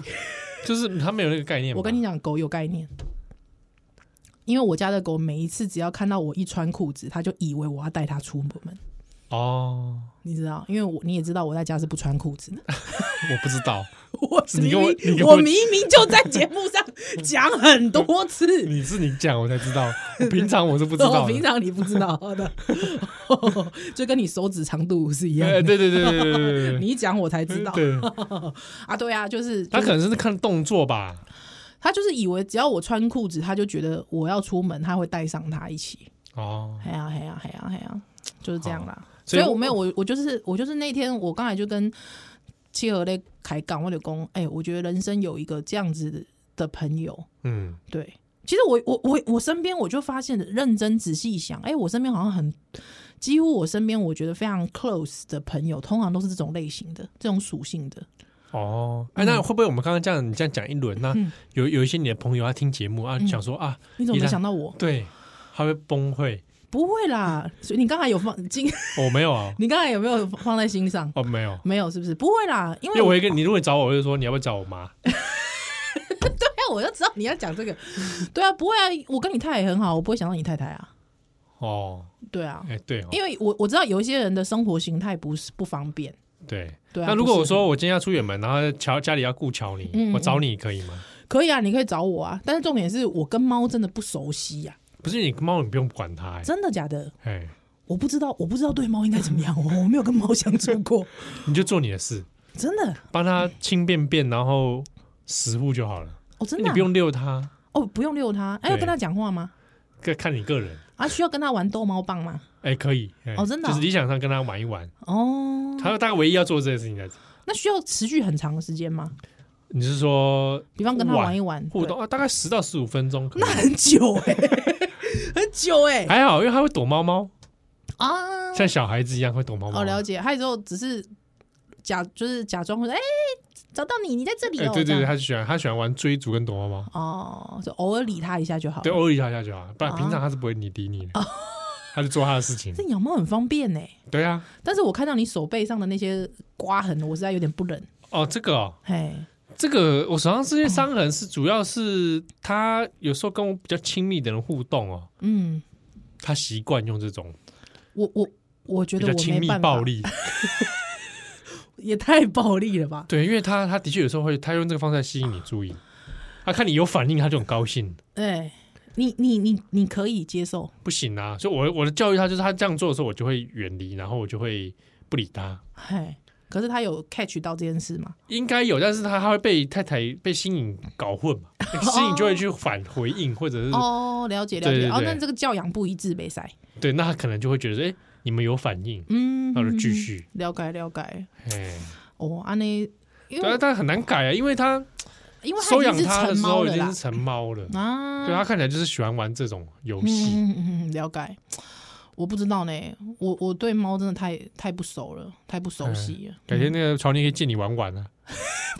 Speaker 3: 就是他没有那个概念吧。
Speaker 4: 我跟你讲，狗有概念，因为我家的狗每一次只要看到我一穿裤子，它就以为我要带它出门，
Speaker 3: 哦，
Speaker 4: 你知道？因为我你也知道我在家是不穿裤子的，
Speaker 3: 我不知道，
Speaker 4: 我
Speaker 3: 你跟我
Speaker 4: 明明
Speaker 3: 你跟我
Speaker 4: 我明明就在节目上讲很多次，
Speaker 3: 你是你讲我才知道， 我平常我是不知道的。
Speaker 4: 哦，平常你不知道的， 就跟你手指长度是一样
Speaker 3: 哎，
Speaker 4: 的。
Speaker 3: 对对对对对对对对，
Speaker 4: 你一讲我才知道
Speaker 3: 对，
Speaker 4: 啊，对啊，就是
Speaker 3: 他
Speaker 4: 就
Speaker 3: 可能是看动作吧。
Speaker 4: 他就是以为只要我穿裤子，他就觉得我要出门，他会带上他一起。
Speaker 3: 哦，
Speaker 4: 哎呀，哎呀，哎呀，哎呀，就是这样啦。
Speaker 3: 所
Speaker 4: 所
Speaker 3: 以
Speaker 4: 以
Speaker 3: 我
Speaker 4: 我没有，我我就是我就是那天我刚才就跟契合嘞开港，我就讲，哎、我觉得人生有一个这样子的朋友，
Speaker 3: 嗯，
Speaker 4: 对。其实我我我我身边我就发现，认真仔细一想，哎、我身边好像很几乎我身边我觉得非常 close 的朋友，通常都是这种类型的、这种属性的。
Speaker 3: 哦，哎，
Speaker 4: 嗯
Speaker 3: 那会不会我们刚刚这样你这样讲一轮，那有有一些你的朋友他听节目
Speaker 4: 嗯
Speaker 3: 啊，想说啊，
Speaker 4: 你怎么
Speaker 3: 依
Speaker 4: 没
Speaker 3: 然
Speaker 4: 想到我？
Speaker 3: 对，他会崩 溃。
Speaker 4: 不会啦，所以你刚才有放今， ，
Speaker 3: 我没有啊
Speaker 4: 你刚才有没有放在心上？
Speaker 3: 哦，没有，
Speaker 4: 没有，是不是？不会啦，因
Speaker 3: 因为
Speaker 4: 为我
Speaker 3: 我一个你如果找我，我就说你要不要找我妈？
Speaker 4: 哎，我就知道你要讲这个。对啊，不会啊，我跟你太太也很好，我不会想到你太太啊。
Speaker 3: 哦，
Speaker 4: 对啊，
Speaker 3: 哎，对哦，
Speaker 4: 因为我我知道有一些人的生活形态不是不方便，
Speaker 3: 对。
Speaker 4: 对啊
Speaker 3: 那如果
Speaker 4: 不是
Speaker 3: 我说我今天要出远门，然后乔家里要顾乔你，
Speaker 4: 嗯
Speaker 3: 我找你可以吗？
Speaker 4: 可以啊，你可以找我啊，但是重点是我跟猫真的不熟悉啊呀、
Speaker 3: 不是你猫，你不用管它、欸，
Speaker 4: 真的假的？
Speaker 3: 哎，
Speaker 4: 我不知道，我不知道对猫应该怎么样，我我没有跟猫相处过，
Speaker 3: 你就做你的事，
Speaker 4: 真的
Speaker 3: 帮它清便便，然后食物就好了，
Speaker 4: 哦，真的
Speaker 3: 你
Speaker 4: 啊、
Speaker 3: 不用遛它，
Speaker 4: 哦，不用遛它，哎、
Speaker 3: 对
Speaker 4: 要跟它讲话吗？
Speaker 3: 看看你个人。
Speaker 4: 啊，需要跟它玩逗猫棒吗？
Speaker 3: 哎，可以哎
Speaker 4: 哦真的哦
Speaker 3: 就是理想上跟它玩一玩，
Speaker 4: 哦，
Speaker 3: 它大概唯一要做这件事情在，
Speaker 4: 那需要持续很长的时间吗？
Speaker 3: 你是说
Speaker 4: 比方跟它玩一玩，
Speaker 3: 互动啊，大概十到十五分钟可以
Speaker 4: 对，，嗯那很久哎、很久哎、
Speaker 3: 还好，因为它会躲猫猫，
Speaker 4: 啊，
Speaker 3: 像小孩子一样会躲猫猫。
Speaker 4: 哦，了解，还有之后只是假就是假装会说，哎、找到你，你在这里
Speaker 3: 哎，
Speaker 4: 哦，
Speaker 3: 对
Speaker 4: 这
Speaker 3: 对对，
Speaker 4: 样
Speaker 3: 它喜欢它喜欢玩追逐跟躲猫猫，
Speaker 4: 哦，就偶尔理它一下就好了。
Speaker 3: 对，偶尔一下下就好，不然
Speaker 4: 啊
Speaker 3: 平常它是不会理理你的，
Speaker 4: 哦
Speaker 3: 它就做它的事 情
Speaker 4: 这。养猫很方便呢、欸
Speaker 3: 对啊，
Speaker 4: 但是我看到你手背上的那些刮痕，我实在有点不忍。
Speaker 3: 哦，这个哦，
Speaker 4: 嘿，
Speaker 3: 这个我手上这些伤痕是主要是它有时候跟我比较亲密的人互动哦，
Speaker 4: 嗯，
Speaker 3: 它习惯用这种
Speaker 4: 我我我觉
Speaker 3: 比
Speaker 4: 得
Speaker 3: 较
Speaker 4: 我
Speaker 3: 亲
Speaker 4: 没
Speaker 3: 密
Speaker 4: 办法，
Speaker 3: 暴力。
Speaker 4: 也太暴力了吧？
Speaker 3: 对，因为他他的确有时候会，他用这个方式来吸引你注意，他看你有反应，他就很高兴。
Speaker 4: 哎、你你你你可以接受
Speaker 3: 不行啊，所以我我的教育他就是他这样做的时候，我就会远离，然后我就会不理他。
Speaker 4: 嘿，可是他有 catch 到这件事吗？
Speaker 3: 应该有，但是他他会被太太被新颖搞混 嘛，新颖就会去反回应，或者是、
Speaker 4: 哦，了解了
Speaker 3: 对
Speaker 4: 解。
Speaker 3: 对
Speaker 4: 哦，
Speaker 3: 对
Speaker 4: 那这个教养不一致，没塞。
Speaker 3: 对，那他可能就会觉得，哎、你们有反应，
Speaker 4: 嗯，
Speaker 3: 那就继续。
Speaker 4: 了解了解。
Speaker 3: 哎，
Speaker 4: 哦，安内，因
Speaker 3: 对啊，
Speaker 4: 为
Speaker 3: 但很难改啊，因为他
Speaker 4: 因为它
Speaker 3: 收
Speaker 4: 已
Speaker 3: 养
Speaker 4: 经是
Speaker 3: 他的
Speaker 4: 成
Speaker 3: 时
Speaker 4: 猫
Speaker 3: 候已
Speaker 4: 了
Speaker 3: 经
Speaker 4: 啦
Speaker 3: 是成猫了，
Speaker 4: 啊，
Speaker 3: 对他看起来就是喜欢玩这种游戏。
Speaker 4: 嗯嗯嗯，嗯了解。我不知道呢，我我对猫真的太太不熟了，太不熟悉了。
Speaker 3: 改天那个乔尼可以借你玩玩啊，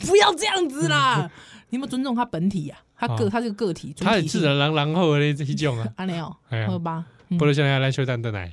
Speaker 4: 不要这样子啦！你有没有尊重他本体呀、啊？他个、
Speaker 3: 嗯啊
Speaker 4: 他是个个体，主
Speaker 3: 他很
Speaker 4: 体性
Speaker 3: 自然然然后嘞这一种啊。
Speaker 4: 安尼哦，
Speaker 3: 哎呀
Speaker 4: 好吧。嗯
Speaker 3: 不如现在来小蛋蛋来，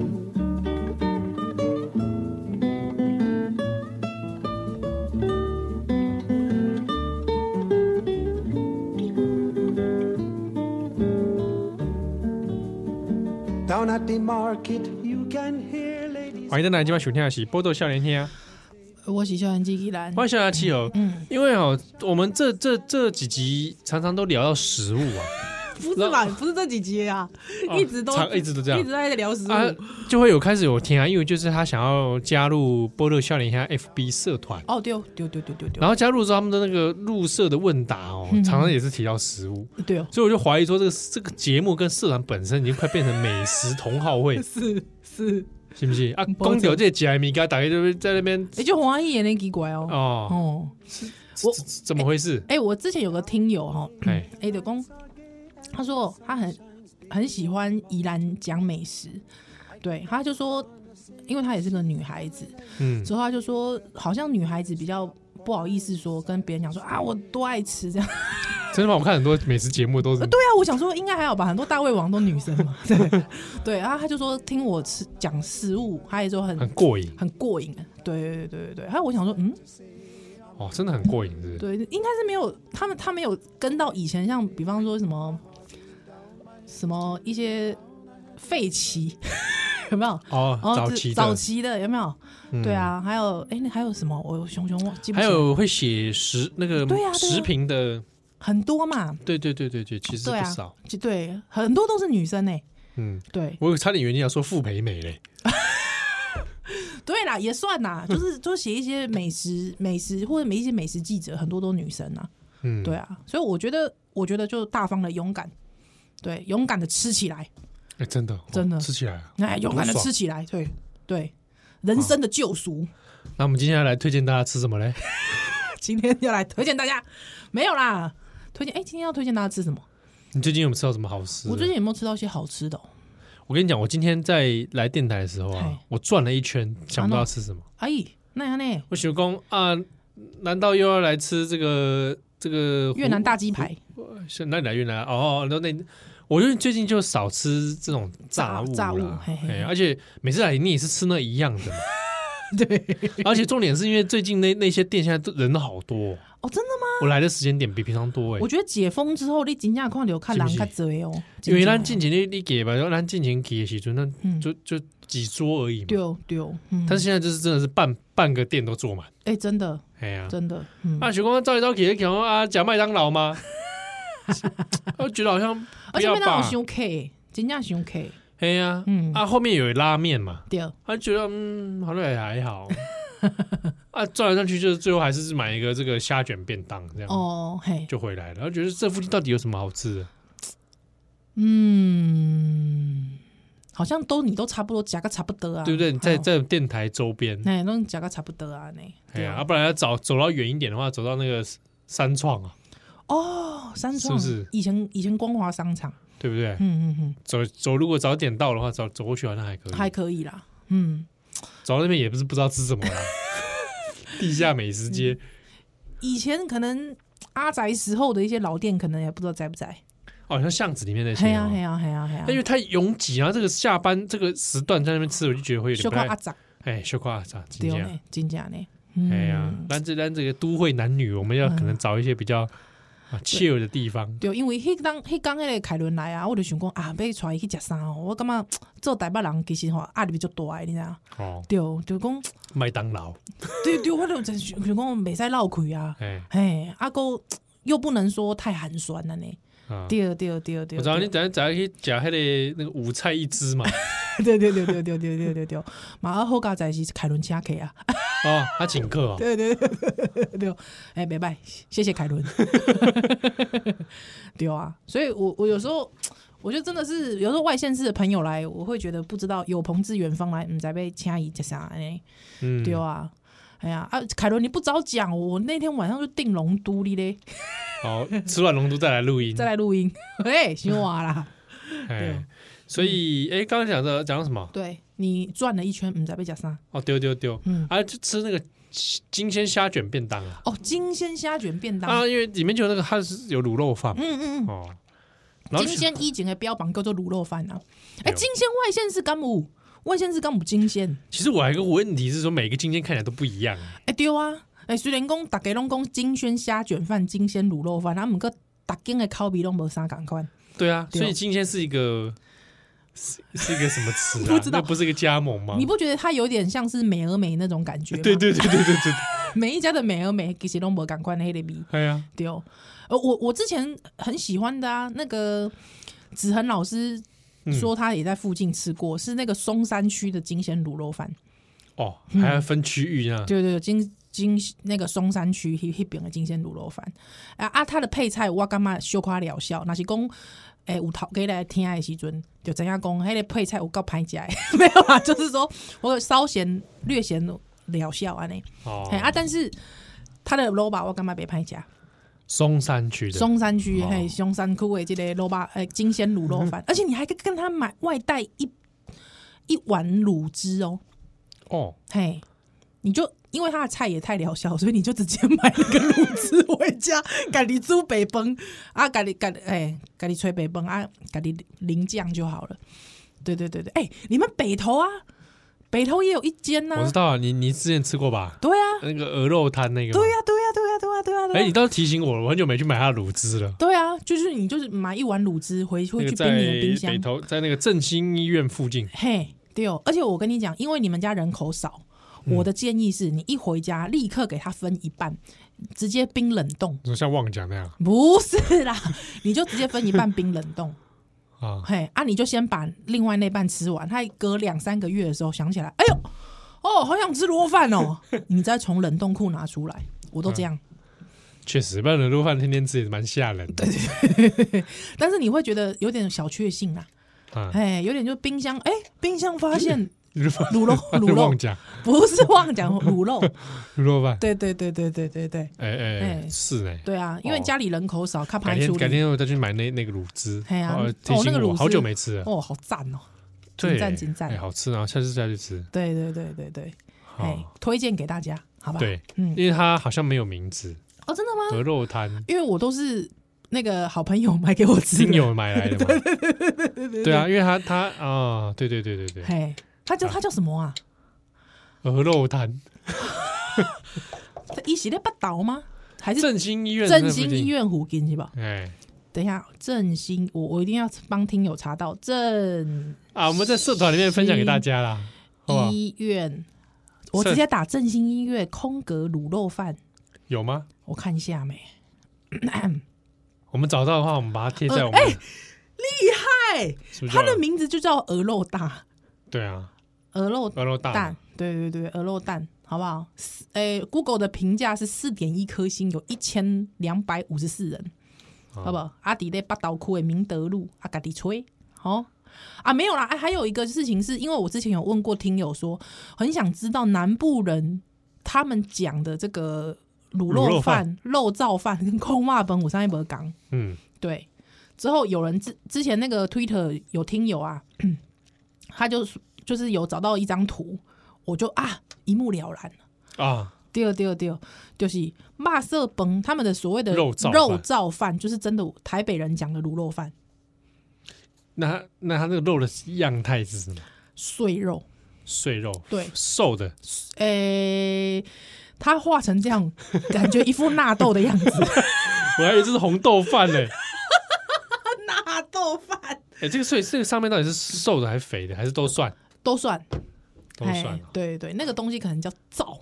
Speaker 5: Down at the market, you can hear ladies.
Speaker 3: 欢迎蛋蛋今晚收听的是《波多笑年天》啊，
Speaker 4: 我是小人机器人，
Speaker 3: 欢迎笑年七友。嗯，因为哦，我们这这这几集常常都聊到食物啊，
Speaker 4: 不是吧？不是这几集啊，
Speaker 3: 哦
Speaker 4: 一直都
Speaker 3: 常一直都这样
Speaker 4: 一直在聊食物。
Speaker 3: 啊，就会有开始有听啊，因为就是他想要加入波多笑年天 FB 社团，
Speaker 4: 哦，对哦，对哦对哦对哦对哦
Speaker 3: 然后加入之后他们的那个入社的问答哦，
Speaker 4: 嗯
Speaker 3: 常常也是提到食物，
Speaker 4: 对哦，，
Speaker 3: 所以我就怀疑说这个这个节目跟社团本身已经快变成美食同好会
Speaker 4: 是是，
Speaker 3: 是不是啊？
Speaker 4: 没错
Speaker 3: 光聊这几米给他打开就是在那边
Speaker 4: 也就黄一也那奇怪哦。
Speaker 3: 哦，
Speaker 4: 嗯哦，
Speaker 3: 我怎么回事？
Speaker 4: 哎、我之前有个听友哈、哦，
Speaker 3: 哎
Speaker 4: 哎、德公，他说他很很喜欢宜兰讲美食，对，他就说，因为她也是个女孩子，
Speaker 3: 嗯，
Speaker 4: 之后他就说，好像女孩子比较不好意思说跟别人讲说啊，我多爱吃这样。
Speaker 3: 真的吗？我看很多美食节目都是
Speaker 4: 对啊，我想说应该还好吧，很多大胃王都女生嘛。 对对，然后他就说听我吃讲食物，他也说很
Speaker 3: 很过瘾
Speaker 4: 很过瘾。对对对对对，还有我想说，嗯，
Speaker 3: 哦，真的很过瘾，是不是？
Speaker 4: 对，应该是没有他们，他没有跟到以前像比方说什么什么一些废棋 有没有？
Speaker 3: 哦，
Speaker 4: 哦
Speaker 3: 早
Speaker 4: 这
Speaker 3: 期的
Speaker 4: 早期的有没有？
Speaker 3: 嗯
Speaker 4: 对啊，还有哎，那还有什么？我熊熊忘记不
Speaker 3: 还
Speaker 4: 起来
Speaker 3: 有会写食那个
Speaker 4: 对啊对啊
Speaker 3: 食评的，
Speaker 4: 很多嘛，
Speaker 3: 对对对对对，其实
Speaker 4: 对
Speaker 3: 不
Speaker 4: 啊
Speaker 3: 少。
Speaker 4: 就对，很多都是女生呢、欸
Speaker 3: 嗯，
Speaker 4: 对
Speaker 3: 我有差点原定要说傅培美嘞，
Speaker 4: 对啦，也算啦，就是就写一些美食、美食或者每一些美食记者，很多都女生啊。
Speaker 3: 嗯，
Speaker 4: 对啊，所以我觉得，我觉得就大方的勇敢，对，勇敢的吃起来，
Speaker 3: 哎，真的哦
Speaker 4: 真的
Speaker 3: 吃起来了。
Speaker 4: 哎，勇敢的
Speaker 3: 多爽啊
Speaker 4: 吃起来，对对，人生的救赎。
Speaker 3: 那我们今天要来推荐大家吃什么嘞？
Speaker 4: 今天要来推荐大家，没有啦，推荐哎，今天要推荐大家吃什么？
Speaker 3: 你最近有没有吃到什么好吃的？
Speaker 4: 我最近有没有吃到一些好吃的哦、
Speaker 3: 我我跟你讲，我今天在来电台的时候啊
Speaker 4: 嗨，
Speaker 3: 我转了一圈，想不到要吃什么。
Speaker 4: 哎，那样呢？
Speaker 3: 我想讲啊，难道又要来吃这个这个
Speaker 4: 越南大鸡排
Speaker 3: 是哪里来越南啊哦，那那我因为最近就少吃这种炸物
Speaker 4: 炸炸物
Speaker 3: 啦，
Speaker 4: 嘿嘿
Speaker 3: 哎而且每次来你也是吃那一样 的嘛，对，而且重点是因为最近那那些店现在都人都好多哦，
Speaker 4: 哦，真的吗？
Speaker 3: 我来的时间点比平常多哎
Speaker 4: 我。觉得解封之后，你真正看流看人较多哦。
Speaker 3: 因为咱进
Speaker 4: 真
Speaker 3: 前你你给吧，然后咱进前给的时阵，那
Speaker 4: 嗯
Speaker 3: 就就几桌而已嘛。
Speaker 4: 正对对，嗯，
Speaker 3: 但是现在就是真的是半半个店都坐满，
Speaker 4: 哎，真的
Speaker 3: 哎呀、
Speaker 4: 真的，嗯，
Speaker 3: 啊，许光照一照给给啊，讲麦当劳吗？ 我觉得好像不
Speaker 4: 而且
Speaker 3: 要
Speaker 4: 麦当劳
Speaker 3: 吧，
Speaker 4: 伤 K，真正伤 K，
Speaker 3: 哎呀，
Speaker 4: 嗯
Speaker 3: 啊，后面有拉面嘛，
Speaker 4: 对，
Speaker 3: 他觉得嗯，好像也还好。 啊，转来转去就是最后还是买一个这个虾卷便当这样，
Speaker 4: 哦嘿，
Speaker 3: 就回来了。然后觉得这附近到底有什么好吃的？
Speaker 4: 嗯，好像都你都差不多，夹个差不多啊，
Speaker 3: 对不对？在
Speaker 4: 哦，
Speaker 3: 在电台周边，
Speaker 4: 哎，都夹个差不多啊，那
Speaker 3: 哎
Speaker 4: 对
Speaker 3: 呀，
Speaker 4: 啊
Speaker 3: 啊，不然要找走到远一点的话，走到那个三创啊，
Speaker 4: 哦，三
Speaker 3: 是
Speaker 4: 创
Speaker 3: 不是
Speaker 4: 以前以前光华商场，
Speaker 3: 对不对？
Speaker 4: 嗯嗯
Speaker 3: 走走，如果早点到的话，走走过去好像还可以
Speaker 4: 嗯，。还可以啦，嗯，
Speaker 3: 走到那边也不是不知道吃什么啦，啊 地下美食
Speaker 4: 嗯
Speaker 3: 街。
Speaker 4: 以前可能阿宅时候的一些老店，可能也不知道在不在，
Speaker 3: 哦，像巷子里面那些、
Speaker 4: 嘿啊呀嘿
Speaker 3: 哦，
Speaker 4: 呀嘿呀嘿呀
Speaker 3: 那因，为太拥挤，然后这个下班这个时段在那边吃，我就觉得会有点
Speaker 4: 小
Speaker 3: 不
Speaker 4: 看阿
Speaker 3: 太
Speaker 4: 宅，
Speaker 3: 哎，羞夸啥，今
Speaker 4: 对哦
Speaker 3: 天
Speaker 4: 呢，真假呢，
Speaker 3: 哎呀
Speaker 4: 嗯，，
Speaker 3: 但这但这个都会男女，我们要可能找一些比较啊 chill 的地方，
Speaker 4: 对，因为迄当迄工迄个凯伦来啊，我就想讲啊，要带伊去食啥哦，我感觉做台北人其实吼压力比较大的，你知影？
Speaker 3: 哦，
Speaker 4: 对，就讲
Speaker 3: 麦当劳，
Speaker 4: 对对，我就真想想讲袂使绕开啊，
Speaker 3: 哎
Speaker 4: 嘿，啊个又不能说太寒酸了呢。
Speaker 3: 啊，
Speaker 4: 对对对对，
Speaker 3: 我知道
Speaker 4: 对
Speaker 3: 你等下早上去夹那个那个五菜一支嘛，
Speaker 4: 对对对对对对对对 啊对，马上后加在是凯伦请客啊，
Speaker 3: 哦，他请客哦，
Speaker 4: 对对对对对，哎，拜拜，谢谢凯伦。 对啊，所以我我有时候。我觉得真的是，有时候外县市的朋友来，我会觉得不知道有朋自远方来，嗯，在被掐一加啥哎，
Speaker 3: 嗯，
Speaker 4: 对啊，哎呀啊，凯伦你不早讲，我那天晚上就定龙都哩嘞，
Speaker 3: 好，哦吃完龙都再来录音
Speaker 4: 再，来录音，哎，新娃啦，
Speaker 3: 哎，所以
Speaker 4: 嗯
Speaker 3: 哎，刚刚讲的讲到什么？
Speaker 4: 对你转了一圈，嗯，在被加啥？
Speaker 3: 哦，丢丢丢，
Speaker 4: 嗯
Speaker 3: 啊，就吃那个金鲜虾卷便当啊，
Speaker 4: 哦，金鲜虾卷便当，
Speaker 3: 啊，因为里面就有那个它是有卤肉饭嘛
Speaker 4: 嗯嗯
Speaker 3: 哦，然
Speaker 4: 嗯，
Speaker 3: 后
Speaker 4: 金
Speaker 3: 就
Speaker 4: 鲜一景的标榜叫做卤肉饭啊，
Speaker 3: 哎
Speaker 4: 哎，
Speaker 3: 呦
Speaker 4: 金鲜外县市干母，外县市干母金鲜。
Speaker 3: 其实我还有一个问题是说，每个金鲜看起来都不一样啊，
Speaker 4: 哎、对啊，哎、虽然讲大家拢讲金萱虾卷饭、金鲜卤肉饭，啊，毋过逐间的口味拢无啥共款。
Speaker 3: 对啊，
Speaker 4: 对哦
Speaker 3: 所以金鲜是一个是是一个什么词啊？
Speaker 4: 不知道
Speaker 3: 那不是一个加盟吗
Speaker 4: 你？不觉得它有点像是美而美那种感觉吗？
Speaker 3: 哦 对对对对对 对，
Speaker 4: 每一家的美而美其实拢无共款的迄个味。
Speaker 3: 哎呀，
Speaker 4: 对，呃，我我之前很喜欢的啊，那个子恒老师
Speaker 3: 嗯
Speaker 4: 说他也在附近吃过，是那个松山区的金鲜卤肉饭。
Speaker 3: 哦，还要分区域啊，
Speaker 4: 对对对，金金那个松山区迄迄边的金鲜卤肉饭，啊啊，它的配菜我感觉小可疗效，若是讲诶、有头家来听的时阵，就知影讲迄个配菜有够歹食的，没有啊，就是说我有稍咸略咸疗效安尼，
Speaker 3: 哦
Speaker 4: 嘿、，啊，但是。它的萝卜我感觉袂歹食，
Speaker 3: 松山区的，
Speaker 4: 松山区
Speaker 3: 哦
Speaker 4: 嘿，松山区的这个萝卜诶，金鲜卤肉饭，而且你还可以跟他买外带一一碗卤汁哦，
Speaker 3: 哦，
Speaker 4: 嘿，你就因为他的菜也太疗效，所以你就直接买那个卤汁回家， 咖喱煮北崩啊，咖喱咖喱哎，咖喱吹北崩啊，咖喱淋酱就好了。对对对对，哎、你们北投啊，北投也有一间呐、
Speaker 3: 我知道啊，你你之前吃过吧？
Speaker 4: 对啊，
Speaker 3: 那个鹅肉摊那个，
Speaker 4: 对呀、啊对呀、对呀、对呀、对啊呀、对
Speaker 3: 哎，
Speaker 4: 呀、
Speaker 3: 你倒是提醒我了，我很久没去买它的卤汁了。
Speaker 4: 对啊，就是你就是买一碗卤汁回
Speaker 3: 那
Speaker 4: 回
Speaker 3: 个
Speaker 4: 去
Speaker 3: 在
Speaker 4: 冰你的冰
Speaker 3: 北
Speaker 4: 箱，
Speaker 3: 投，在那个振兴医院附近，
Speaker 4: 嘿，对哦。而且我跟你讲，因为你们家人口少，我的建议是你一回家立刻给它分一半，直接冰冷冻。
Speaker 3: 你说像旺角那样
Speaker 4: 不是啦，你就直接分一半冰冷冻，
Speaker 3: 啊，
Speaker 4: 嘿啊，你就先把另外那半吃完。他隔两三个月的时候想起来，哎呦，哦，好想吃螺饭 哦，你再从冷冻库拿出来，我都这样。
Speaker 3: 嗯确实，不然卤肉饭天天吃也是蛮吓人的。
Speaker 4: 但是你会觉得有点小确幸啦，
Speaker 3: 啊，
Speaker 4: 哎，有点就冰箱，哎，冰箱 发现
Speaker 3: 卤肉
Speaker 4: 卤肉
Speaker 3: 饭
Speaker 4: 卤
Speaker 3: 旺
Speaker 4: 肉
Speaker 3: 角
Speaker 4: 不是忘讲卤肉，
Speaker 3: 卤肉饭，
Speaker 4: 对对对对对对对
Speaker 3: 哎哎
Speaker 4: 哎
Speaker 3: 是哎，
Speaker 4: 对啊，因为
Speaker 3: 哦
Speaker 4: 家里人口少，看
Speaker 3: 改
Speaker 4: 排
Speaker 3: 天
Speaker 4: 除
Speaker 3: 改天我再去买那那个卤汁，
Speaker 4: 哎呀
Speaker 3: 哦
Speaker 4: 哦
Speaker 3: 提醒
Speaker 4: 那个卤
Speaker 3: 我
Speaker 4: 汁
Speaker 3: 好久没吃了，
Speaker 4: 哦，好赞哦，精湛
Speaker 3: 对
Speaker 4: 精湛
Speaker 3: 哎，好吃啊！下次再去吃。
Speaker 4: 对对对对对，哎
Speaker 3: 好，，
Speaker 4: 推荐给大家，好吧？
Speaker 3: 对，
Speaker 4: 嗯，
Speaker 3: 因为它好像没有名字，
Speaker 4: 哦，真的吗？
Speaker 3: 鹅肉 摊，
Speaker 4: 因为我都是那个好朋友买给我吃
Speaker 3: 亲
Speaker 4: 的，
Speaker 3: 友买来 的嘛。对啊，因为它它啊，对对对对对，
Speaker 4: 嘿，他叫他叫什么啊？
Speaker 3: 鹅肉摊，
Speaker 4: 他一系列八岛吗？还是
Speaker 3: 振兴医院，
Speaker 4: 振兴医，院附近是吧？
Speaker 3: 哎。
Speaker 4: 等一下，振兴，我我一定要帮听友查到振
Speaker 3: 啊，我们在社团里面分享给大家啦，好不好？
Speaker 4: 医院，我
Speaker 3: 振
Speaker 4: 直接打振兴医院空格卤肉饭，
Speaker 3: 有吗？
Speaker 4: 我看一下没？
Speaker 3: 我们找到的话，我们把它贴在我们，
Speaker 4: 哎，
Speaker 3: 是不是
Speaker 4: 他
Speaker 3: 叫？
Speaker 4: 呃的名字就叫鹅肉大，
Speaker 3: 对啊，
Speaker 4: 鹅肉
Speaker 3: 鹅肉大
Speaker 4: 蛋，对对对，鹅肉蛋，好不好？四诶、g o o g l e 的评价是四点一颗星，有一千两百五十四人，
Speaker 3: 哦
Speaker 4: 好不好？阿迪在八岛区的明德路，阿嘎迪吹，好、啊，没有啦，啊还有一个事情是因为我之前有问过听友说，很想知道南部人他们讲的这个卤
Speaker 3: 卤
Speaker 4: 肉
Speaker 3: 肉
Speaker 4: 饭、肉燥饭跟空骂本，我上一本讲。
Speaker 3: 嗯，
Speaker 4: 对，之后有人之之前那个 Twitter 有听友啊， 他就就是有找到一张图，我就啊一目了然。
Speaker 3: 啊，
Speaker 4: 第二，第二，第二，就是马色崩他们的所谓的
Speaker 3: 肉燥饭
Speaker 4: 肉燥饭，就是真的台北人讲的卤肉饭，
Speaker 3: 那它那它那个肉的样态是什么？
Speaker 4: 碎肉。
Speaker 3: 碎肉，
Speaker 4: 对
Speaker 3: 瘦的，
Speaker 4: 诶、他画成这样，感觉一副纳豆的样子。
Speaker 3: 我还以为这是红豆饭呢。
Speaker 4: 纳豆饭
Speaker 3: 哎，这个所以这个上面到底是瘦的还是肥的，还是都算？
Speaker 4: 都算，
Speaker 3: 都算
Speaker 4: 哎
Speaker 3: 啊。
Speaker 4: 对对，那个东西可能叫燥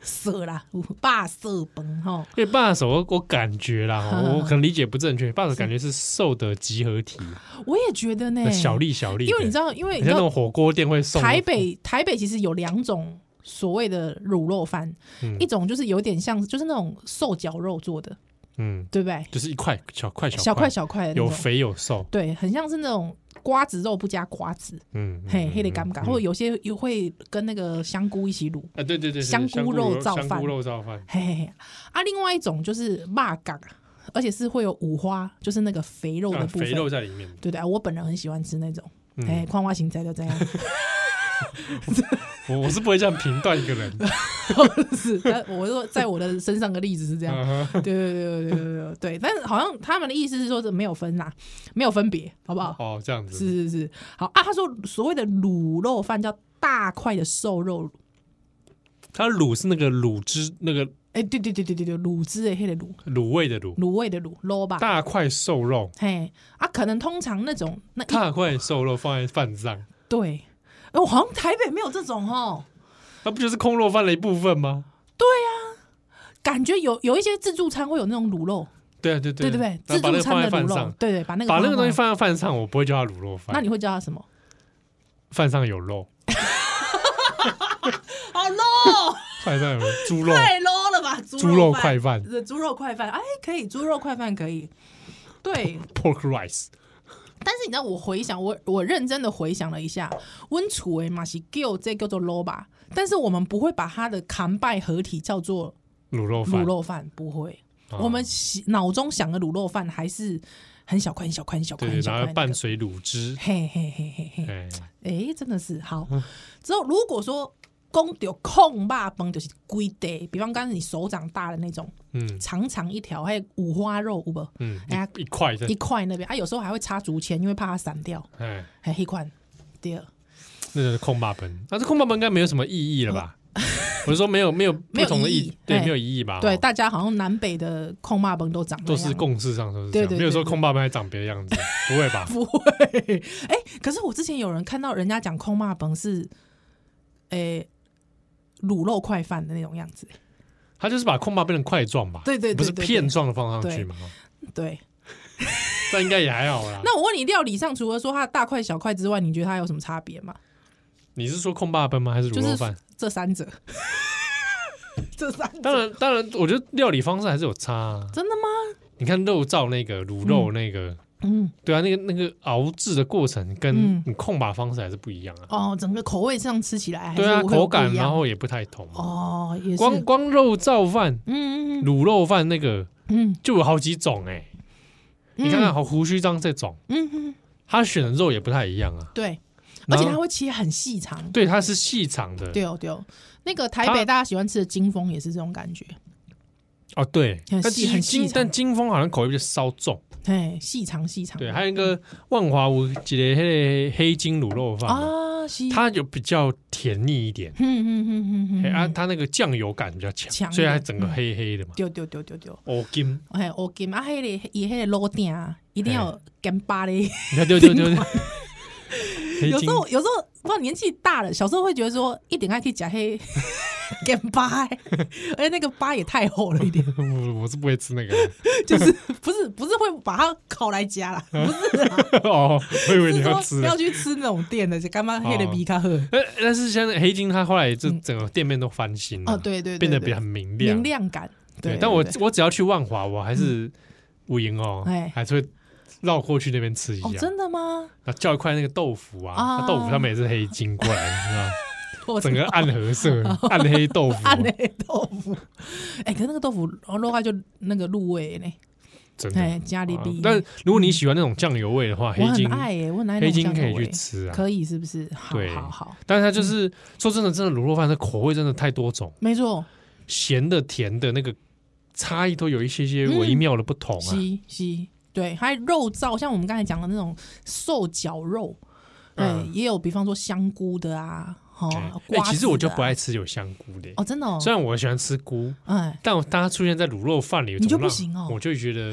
Speaker 4: 色啦，霸色崩哈。吼
Speaker 3: 因为霸手，我我感觉 啦，
Speaker 4: 呵呵呵
Speaker 3: 我可能理解不正确，霸手感觉是瘦的集合体，
Speaker 4: 我也觉得呢，
Speaker 3: 小粒小粒的，
Speaker 4: 因为你知道，因为
Speaker 3: 很
Speaker 4: 你知
Speaker 3: 像那
Speaker 4: 道
Speaker 3: 种火锅店会送嗯
Speaker 4: 台北台北其实有两种所谓的卤肉饭，
Speaker 3: 嗯
Speaker 4: 一种就是有点像就是那种瘦绞肉做的，
Speaker 3: 嗯，
Speaker 4: 对不对？
Speaker 3: 就是一块小块
Speaker 4: 小块小块的那
Speaker 3: 有
Speaker 4: 种，
Speaker 3: 肥有瘦，
Speaker 4: 对，很像是那种瓜子肉不加瓜子，
Speaker 3: 嗯，嗯
Speaker 4: 嘿，
Speaker 3: 嗯
Speaker 4: 黑的干不干？
Speaker 3: 嗯
Speaker 4: 或者有些又会跟那个香菇一起卤，
Speaker 3: 啊，对对对，对
Speaker 4: 香菇肉燥
Speaker 3: 香
Speaker 4: 饭
Speaker 3: 菇肉燥饭，
Speaker 4: 嘿嘿嘿。啊，另外一种就是骂嘎，而且是会有五花，就是那个肥肉的
Speaker 3: 啊
Speaker 4: 部
Speaker 3: 肥
Speaker 4: 分。
Speaker 3: 肉在里面，
Speaker 4: 对对，啊我本人很喜欢吃那种，
Speaker 3: 嗯
Speaker 4: 哎、矿花型菜就这样，
Speaker 3: 我我是不会这样评断一个 人，
Speaker 4: 是，但我说在我的身上的例子是这样，
Speaker 3: 嗯哼
Speaker 4: 对对对对对对对对，但是好像他们的意思是说这没有分啦，没有分别，好不好？
Speaker 3: 哦，这样子，
Speaker 4: 是是是，好啊。他说所谓的卤肉饭叫大块的瘦肉，
Speaker 3: 它卤是那个卤汁，那个
Speaker 4: 哎、对对对对对对，卤汁的黑的卤，
Speaker 3: 卤味的卤，
Speaker 4: 卤啊味的卤，肉吧。
Speaker 3: 大块瘦肉，
Speaker 4: 嘿啊，可能通常那种那一
Speaker 3: 大块瘦肉放在饭上，
Speaker 4: 对，哎、我好像台北没有这种哦，啊
Speaker 3: 那不就是空肉饭的一部分吗？
Speaker 4: 感觉有有一些自助餐会有那种卤肉，
Speaker 3: 对啊对
Speaker 4: 对对对，
Speaker 3: 然
Speaker 4: 自
Speaker 3: 后把那
Speaker 4: 助
Speaker 3: 个放在
Speaker 4: 餐的
Speaker 3: 饭
Speaker 4: 卤肉
Speaker 3: 上，，
Speaker 4: 对对，把那个
Speaker 3: 把那个东西
Speaker 4: 放
Speaker 3: 放在饭上，我不会叫它卤肉
Speaker 4: 到，
Speaker 3: 饭，
Speaker 4: 那你会叫它什么？
Speaker 3: 饭上有肉，
Speaker 4: 好 low，
Speaker 3: 饭 上有肉猪肉，
Speaker 4: 太 low 了吧？
Speaker 3: 猪肉快饭
Speaker 4: 呃猪肉快饭，哎，可以，猪肉快饭可以。对，
Speaker 3: ，pork rice，
Speaker 4: 但是你知道，我回想，我我认真的回想了一下，温楚维马西 Gill 这叫做 low 吧，但是我们不会把它的扛拜合体叫做
Speaker 3: 卤肉
Speaker 4: 卤
Speaker 3: 饭，
Speaker 4: 肉饭，不会。
Speaker 3: 啊
Speaker 4: 我们喜脑中想的卤肉饭还是很小块、很小块、很小块、
Speaker 3: 对，
Speaker 4: 很小
Speaker 3: 然
Speaker 4: 块
Speaker 3: 后
Speaker 4: 那个，
Speaker 3: 伴随卤汁，
Speaker 4: 嘿嘿嘿嘿嘿，
Speaker 3: 哎，
Speaker 4: 哎、真的是好。
Speaker 3: 嗯
Speaker 4: 之后如果说公丢控霸崩就是龟的，比方刚才你手掌大的那种，
Speaker 3: 嗯
Speaker 4: 长长一条，还有五花肉，有无？
Speaker 3: 嗯
Speaker 4: 哎呀，
Speaker 3: 一一块的
Speaker 4: 一，块那边啊，有时候还会插竹签，因为怕它散掉。
Speaker 3: 哎。
Speaker 4: 还有一块，第二
Speaker 3: 那就是空霸本，但是空霸本应该没有什么意义了 吧？我是说没有没有
Speaker 4: 没有
Speaker 3: 不同的
Speaker 4: 意义
Speaker 3: 对，
Speaker 4: 哎
Speaker 3: 没有意义吧？
Speaker 4: 对，
Speaker 3: 哦
Speaker 4: 大家好像南北的控骂崩都长那
Speaker 3: 都
Speaker 4: 样
Speaker 3: 是共识上都是这
Speaker 4: 对
Speaker 3: 样，
Speaker 4: 对对
Speaker 3: 没有说空霸本还长别的样子， 不会吧？
Speaker 4: 不会。哎、可是我之前有人看到人家讲控骂崩是，诶、卤肉快饭的那种样子。
Speaker 3: 他就是把空霸变成块状吧？
Speaker 4: 对对对
Speaker 3: 不是
Speaker 4: 对对
Speaker 3: 片状的放上去嘛？哦
Speaker 4: 对，
Speaker 3: 这应该也还好啦。
Speaker 4: 那我问你，料理上除了说它大块小块之外，你觉得它有什么差别吗？
Speaker 3: 你是说空霸本吗？还是
Speaker 4: 就
Speaker 3: 卤肉
Speaker 4: 是
Speaker 3: 饭？
Speaker 4: 这三者， 这三者
Speaker 3: 当然当然，我觉得料理方式还是有差啊。
Speaker 4: 真的吗？
Speaker 3: 你看肉燥那个卤肉那个，
Speaker 4: 嗯，
Speaker 3: 对啊，那个那个熬制的过程跟
Speaker 4: 嗯
Speaker 3: 你空霸方式还是不一样啊。
Speaker 4: 哦，整个口味上吃起来还是
Speaker 3: 对啊，
Speaker 4: 会有
Speaker 3: 口感
Speaker 4: 不一样
Speaker 3: 然后也不太同。
Speaker 4: 哦，也是
Speaker 3: 光光肉燥饭、
Speaker 4: 嗯嗯
Speaker 3: 卤肉饭那个，
Speaker 4: 嗯
Speaker 3: 就有好几种哎、你看看，好胡须章这种，
Speaker 4: 嗯嗯，
Speaker 3: 他选的肉也不太一样啊。
Speaker 4: 对。
Speaker 3: 然
Speaker 4: 而
Speaker 3: 后
Speaker 4: 且它会切很细长。
Speaker 3: 对，它是细长的，
Speaker 4: 对哦，对哦，那个台
Speaker 3: 它
Speaker 4: 北大家喜欢吃的金峰也是这种感觉，
Speaker 3: 哦，对，
Speaker 4: 很
Speaker 3: 但
Speaker 4: 细
Speaker 3: 其实
Speaker 4: 很细
Speaker 3: 金
Speaker 4: 长
Speaker 3: 但金峰好像口味比较稍重，
Speaker 4: 嘿，细长细长的。
Speaker 3: 对，还有一个万华有一个黑黑金卤肉饭嘛，
Speaker 4: 啊，是，
Speaker 3: 它有比较甜腻一点，
Speaker 4: 嗯嗯嗯嗯
Speaker 3: 嘿
Speaker 4: 嗯，
Speaker 3: 啊，它那个酱油感比较
Speaker 4: 强
Speaker 3: 强，
Speaker 4: 一
Speaker 3: 所以它
Speaker 4: 点
Speaker 3: 整个
Speaker 4: 嗯
Speaker 3: 黑黑的嘛，
Speaker 4: 丢丢丢丢丢，
Speaker 3: 哦金，
Speaker 4: 嘿，我金啊，迄个伊迄个卤鼎啊，一定要有干巴嘞。
Speaker 3: 你看对对对对，黑
Speaker 4: 有时
Speaker 3: 金
Speaker 4: 候有时候不知道年纪大了，小时候会觉得说一点爱可以夹黑 干巴欸，而且那个巴也太厚了一点，
Speaker 3: 我我是不会吃那个
Speaker 4: 就是不是不是会把它烤来夹啦，不是啦，
Speaker 3: 哦，我以为
Speaker 4: 是
Speaker 3: 你要
Speaker 4: 说
Speaker 3: 吃哦
Speaker 4: 不
Speaker 3: 欸
Speaker 4: 要。去吃那种店的，就干巴黑的米卡赫。
Speaker 3: 但但是现在黑金它后来这整个店面都翻新了，
Speaker 4: 嗯哦，对对对，
Speaker 3: 嗯变得
Speaker 4: 对
Speaker 3: 比较明亮。
Speaker 4: 明亮感。对，
Speaker 3: 但我
Speaker 4: 对对嗯
Speaker 3: 我只要去万华，我还是五营哦
Speaker 4: 哎，
Speaker 3: 还是会绕过去那边吃一
Speaker 4: 哦，
Speaker 3: 下，
Speaker 4: 真的吗？
Speaker 3: 然后叫一块那个豆腐啊，
Speaker 4: 啊
Speaker 3: 那豆腐上面也是黑金过来，你知道吗，
Speaker 4: 我
Speaker 3: 整个暗褐 色暗黑豆腐，啊
Speaker 4: 暗黑 豆腐，哎，可是那个豆腐，然后落下就那个入味呢，
Speaker 3: 真
Speaker 4: 哎，
Speaker 3: 的。
Speaker 4: 加里
Speaker 3: 啊
Speaker 4: 比。
Speaker 3: 但如果你喜欢那种酱油味的话，黑
Speaker 4: 我很
Speaker 3: 金
Speaker 4: 爱耶，我很爱那
Speaker 3: 黑
Speaker 4: 种
Speaker 3: 金
Speaker 4: 酱
Speaker 3: 可以
Speaker 4: 油
Speaker 3: 去
Speaker 4: 味
Speaker 3: 吃啊。
Speaker 4: 可嗯以是不是？好
Speaker 3: 对
Speaker 4: 好好，
Speaker 3: 但是它就是说真的，真的卤肉饭的口味真的太多种，
Speaker 4: 没错，
Speaker 3: 咸的、甜的那个差异都有一些些
Speaker 4: 嗯
Speaker 3: 微妙的不同啊。
Speaker 4: 西西对，还有肉燥，像我们刚才讲的那种瘦绞肉，对，
Speaker 3: 嗯
Speaker 4: 也有，比方说香菇的啊，哦
Speaker 3: 哎，
Speaker 4: 瓜、啊
Speaker 3: 哎其实我就不爱。吃有香菇的，
Speaker 4: 哦，真的哦，
Speaker 3: 虽然我喜欢吃菇，
Speaker 4: 哎，
Speaker 3: 但我当它出现在卤肉饭里，
Speaker 4: 你就
Speaker 3: 怎么让
Speaker 4: 不行哦
Speaker 3: 我就会觉得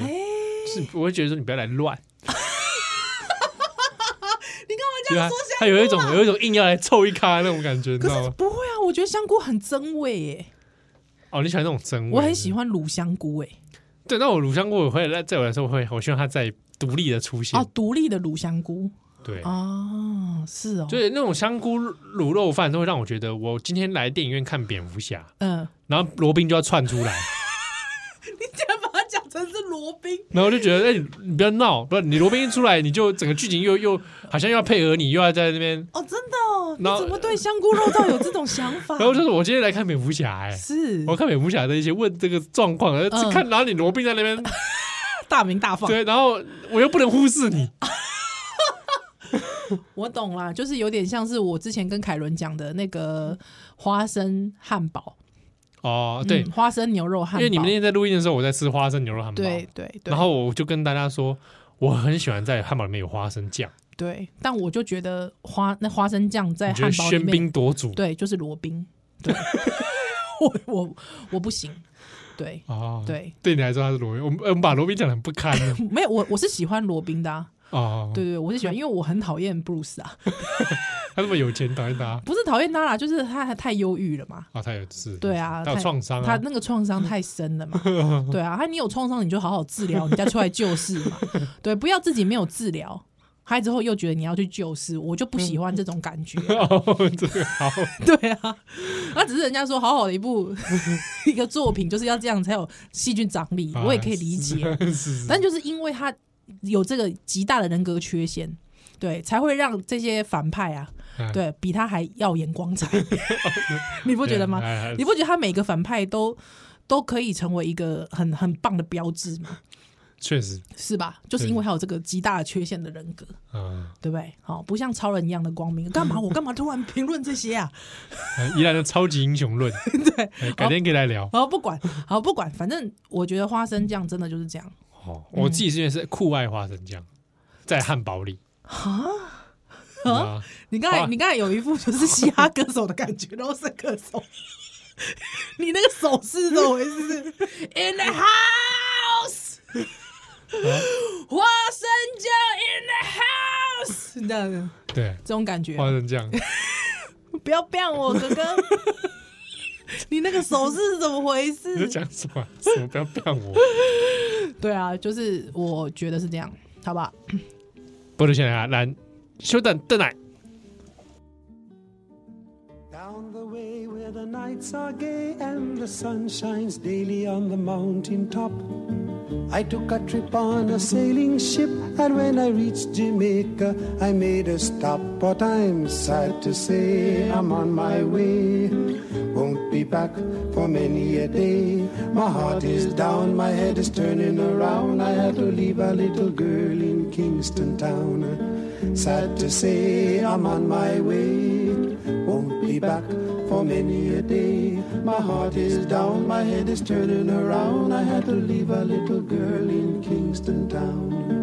Speaker 3: 是，我会觉得说你不要来 乱。
Speaker 4: 你干嘛这
Speaker 3: 对
Speaker 4: 样
Speaker 3: 啊
Speaker 4: 说香，
Speaker 3: 它有一种有一种硬要来凑一咖那种感觉，你知
Speaker 4: 可
Speaker 3: 道
Speaker 4: 是
Speaker 3: 吗？
Speaker 4: 不会啊，我觉得香菇很真味耶，
Speaker 3: 哦，你喜欢那种真味，
Speaker 4: 我很喜。欢卤香菇诶，
Speaker 3: 对，那我卤香菇我会在在我来说我会，我希望它在独立的出现
Speaker 4: 哦。，独立的卤香菇
Speaker 3: 对，
Speaker 4: 哦，是哦，
Speaker 3: 就是那种香菇卤肉饭都会让我觉得，我今天来电影院看蝙蝠侠，
Speaker 4: 嗯，
Speaker 3: 然后罗宾就要窜出来，
Speaker 4: 你竟然把它讲成是罗宾，
Speaker 3: 然后我就觉得，哎、你不要闹，不，你罗宾一出来，你就整个剧情又又好像又要配合你，又要在那边，
Speaker 4: 哦，真的哦，你
Speaker 3: 然后
Speaker 4: 怎么对香菇肉燥有这种想法？
Speaker 3: 然后就是我今天来看蝙蝠侠、哎，
Speaker 4: 是
Speaker 3: 我看蝙蝠侠的一些问这个状况，呃
Speaker 4: 嗯
Speaker 3: 看然后你罗宾在那 边，
Speaker 4: 大名大放，
Speaker 3: 对，然后我又不能忽视你，
Speaker 4: 我懂啦，就是有点像是我之前跟凯伦讲的那个花生汉堡，
Speaker 3: 哦，对，
Speaker 4: 嗯花生牛肉汉
Speaker 3: 因为
Speaker 4: 堡，
Speaker 3: 你们那天在录音的时候，我在吃花生牛肉汉堡，
Speaker 4: 对对对，
Speaker 3: 然后我就跟大家说，我很喜欢在汉堡里面有花生酱，
Speaker 4: 对，但我就觉得花那花生酱在
Speaker 3: 你觉得
Speaker 4: 汉堡里
Speaker 3: 喧宾
Speaker 4: 面，
Speaker 3: 夺主，
Speaker 4: 对，就是罗宾，对， 我我我不行，对，
Speaker 3: 哦，
Speaker 4: 对，
Speaker 3: 对你来说他是罗宾，我们我们把罗宾讲的很不堪 呢
Speaker 4: 没有我我是喜欢罗宾的、啊，
Speaker 3: 哦，
Speaker 4: 对对，对我是喜欢，因为我很讨厌 Bruce 啊，
Speaker 3: 他这么有钱，讨厌他。
Speaker 4: 不是讨厌他啦，就是他还太忧郁了嘛。
Speaker 3: 啊，他有是，
Speaker 4: 对啊，
Speaker 3: 他有
Speaker 4: 太
Speaker 3: 创伤
Speaker 4: 他
Speaker 3: 啊，
Speaker 4: 那个创伤太深了嘛。对啊，他你有创伤，你就好好治疗，你再出来救世嘛。对，不要自己没有治疗，还之后又觉得你要去救世，我就不喜欢这种感觉。
Speaker 3: 哦， 这个好，
Speaker 4: 对啊，那只是人家说好好的一部 一个作品就是要这样才有细菌长理，我也可以理解。
Speaker 3: 啊
Speaker 4: 啊
Speaker 3: 是是是
Speaker 4: 但就是因为他有这个极大的人格缺陷。对，才会让这些反派啊，
Speaker 3: 嗯
Speaker 4: 对比他还耀眼光彩，你不觉得吗？
Speaker 3: 哎哎
Speaker 4: 你不觉得他每个反派都都可以成为一个很很棒的标志吗？
Speaker 3: 确实，
Speaker 4: 是吧？就是因为他有这个极大的缺陷的人格，
Speaker 3: 嗯，
Speaker 4: 对不对？好、不像超人一样的光明。干嘛？我干嘛突然评论这些啊？
Speaker 3: 哎依然的超级英雄论，
Speaker 4: 对，哦
Speaker 3: 哎改天可以来聊。
Speaker 4: 好不管，好不管，反正我觉得花生酱真的就是这样。
Speaker 3: 哦，我
Speaker 4: 嗯
Speaker 3: 自己是因为是酷爱花生酱，在汉堡里 啊，
Speaker 4: 你刚才
Speaker 3: 好啊
Speaker 4: 你刚才有一副就是嘻哈歌手的感觉，然后是歌手，你那个手势怎么回事？In the house，花生酱 in the house，这样子。
Speaker 3: 对，
Speaker 4: 这种感觉
Speaker 3: 花。生 酱，
Speaker 4: 不要变我哥哥，你那个手势是怎么回
Speaker 3: 你在
Speaker 4: 事？
Speaker 3: 讲什么？什么不要骗我？
Speaker 4: 对啊，就是我觉得是这样，好吧？
Speaker 3: 不如先来啊，来，稍等，等来，
Speaker 5: Down the way where the nights are gay and the sun shines daily on the mountain top. I took a trip on a sailing ship, and when I reached Jamaica, I made a stop. But I'm sad to say I'm on my way. Won't be back for many a day. My heart is down, my head is turning around. I had to leave a little girl in Kingston Town. Sad to say, I'm on my way. Won't be back for many a day. My heart is down, my head is turning around. I had to leave a little girl in Kingston Town.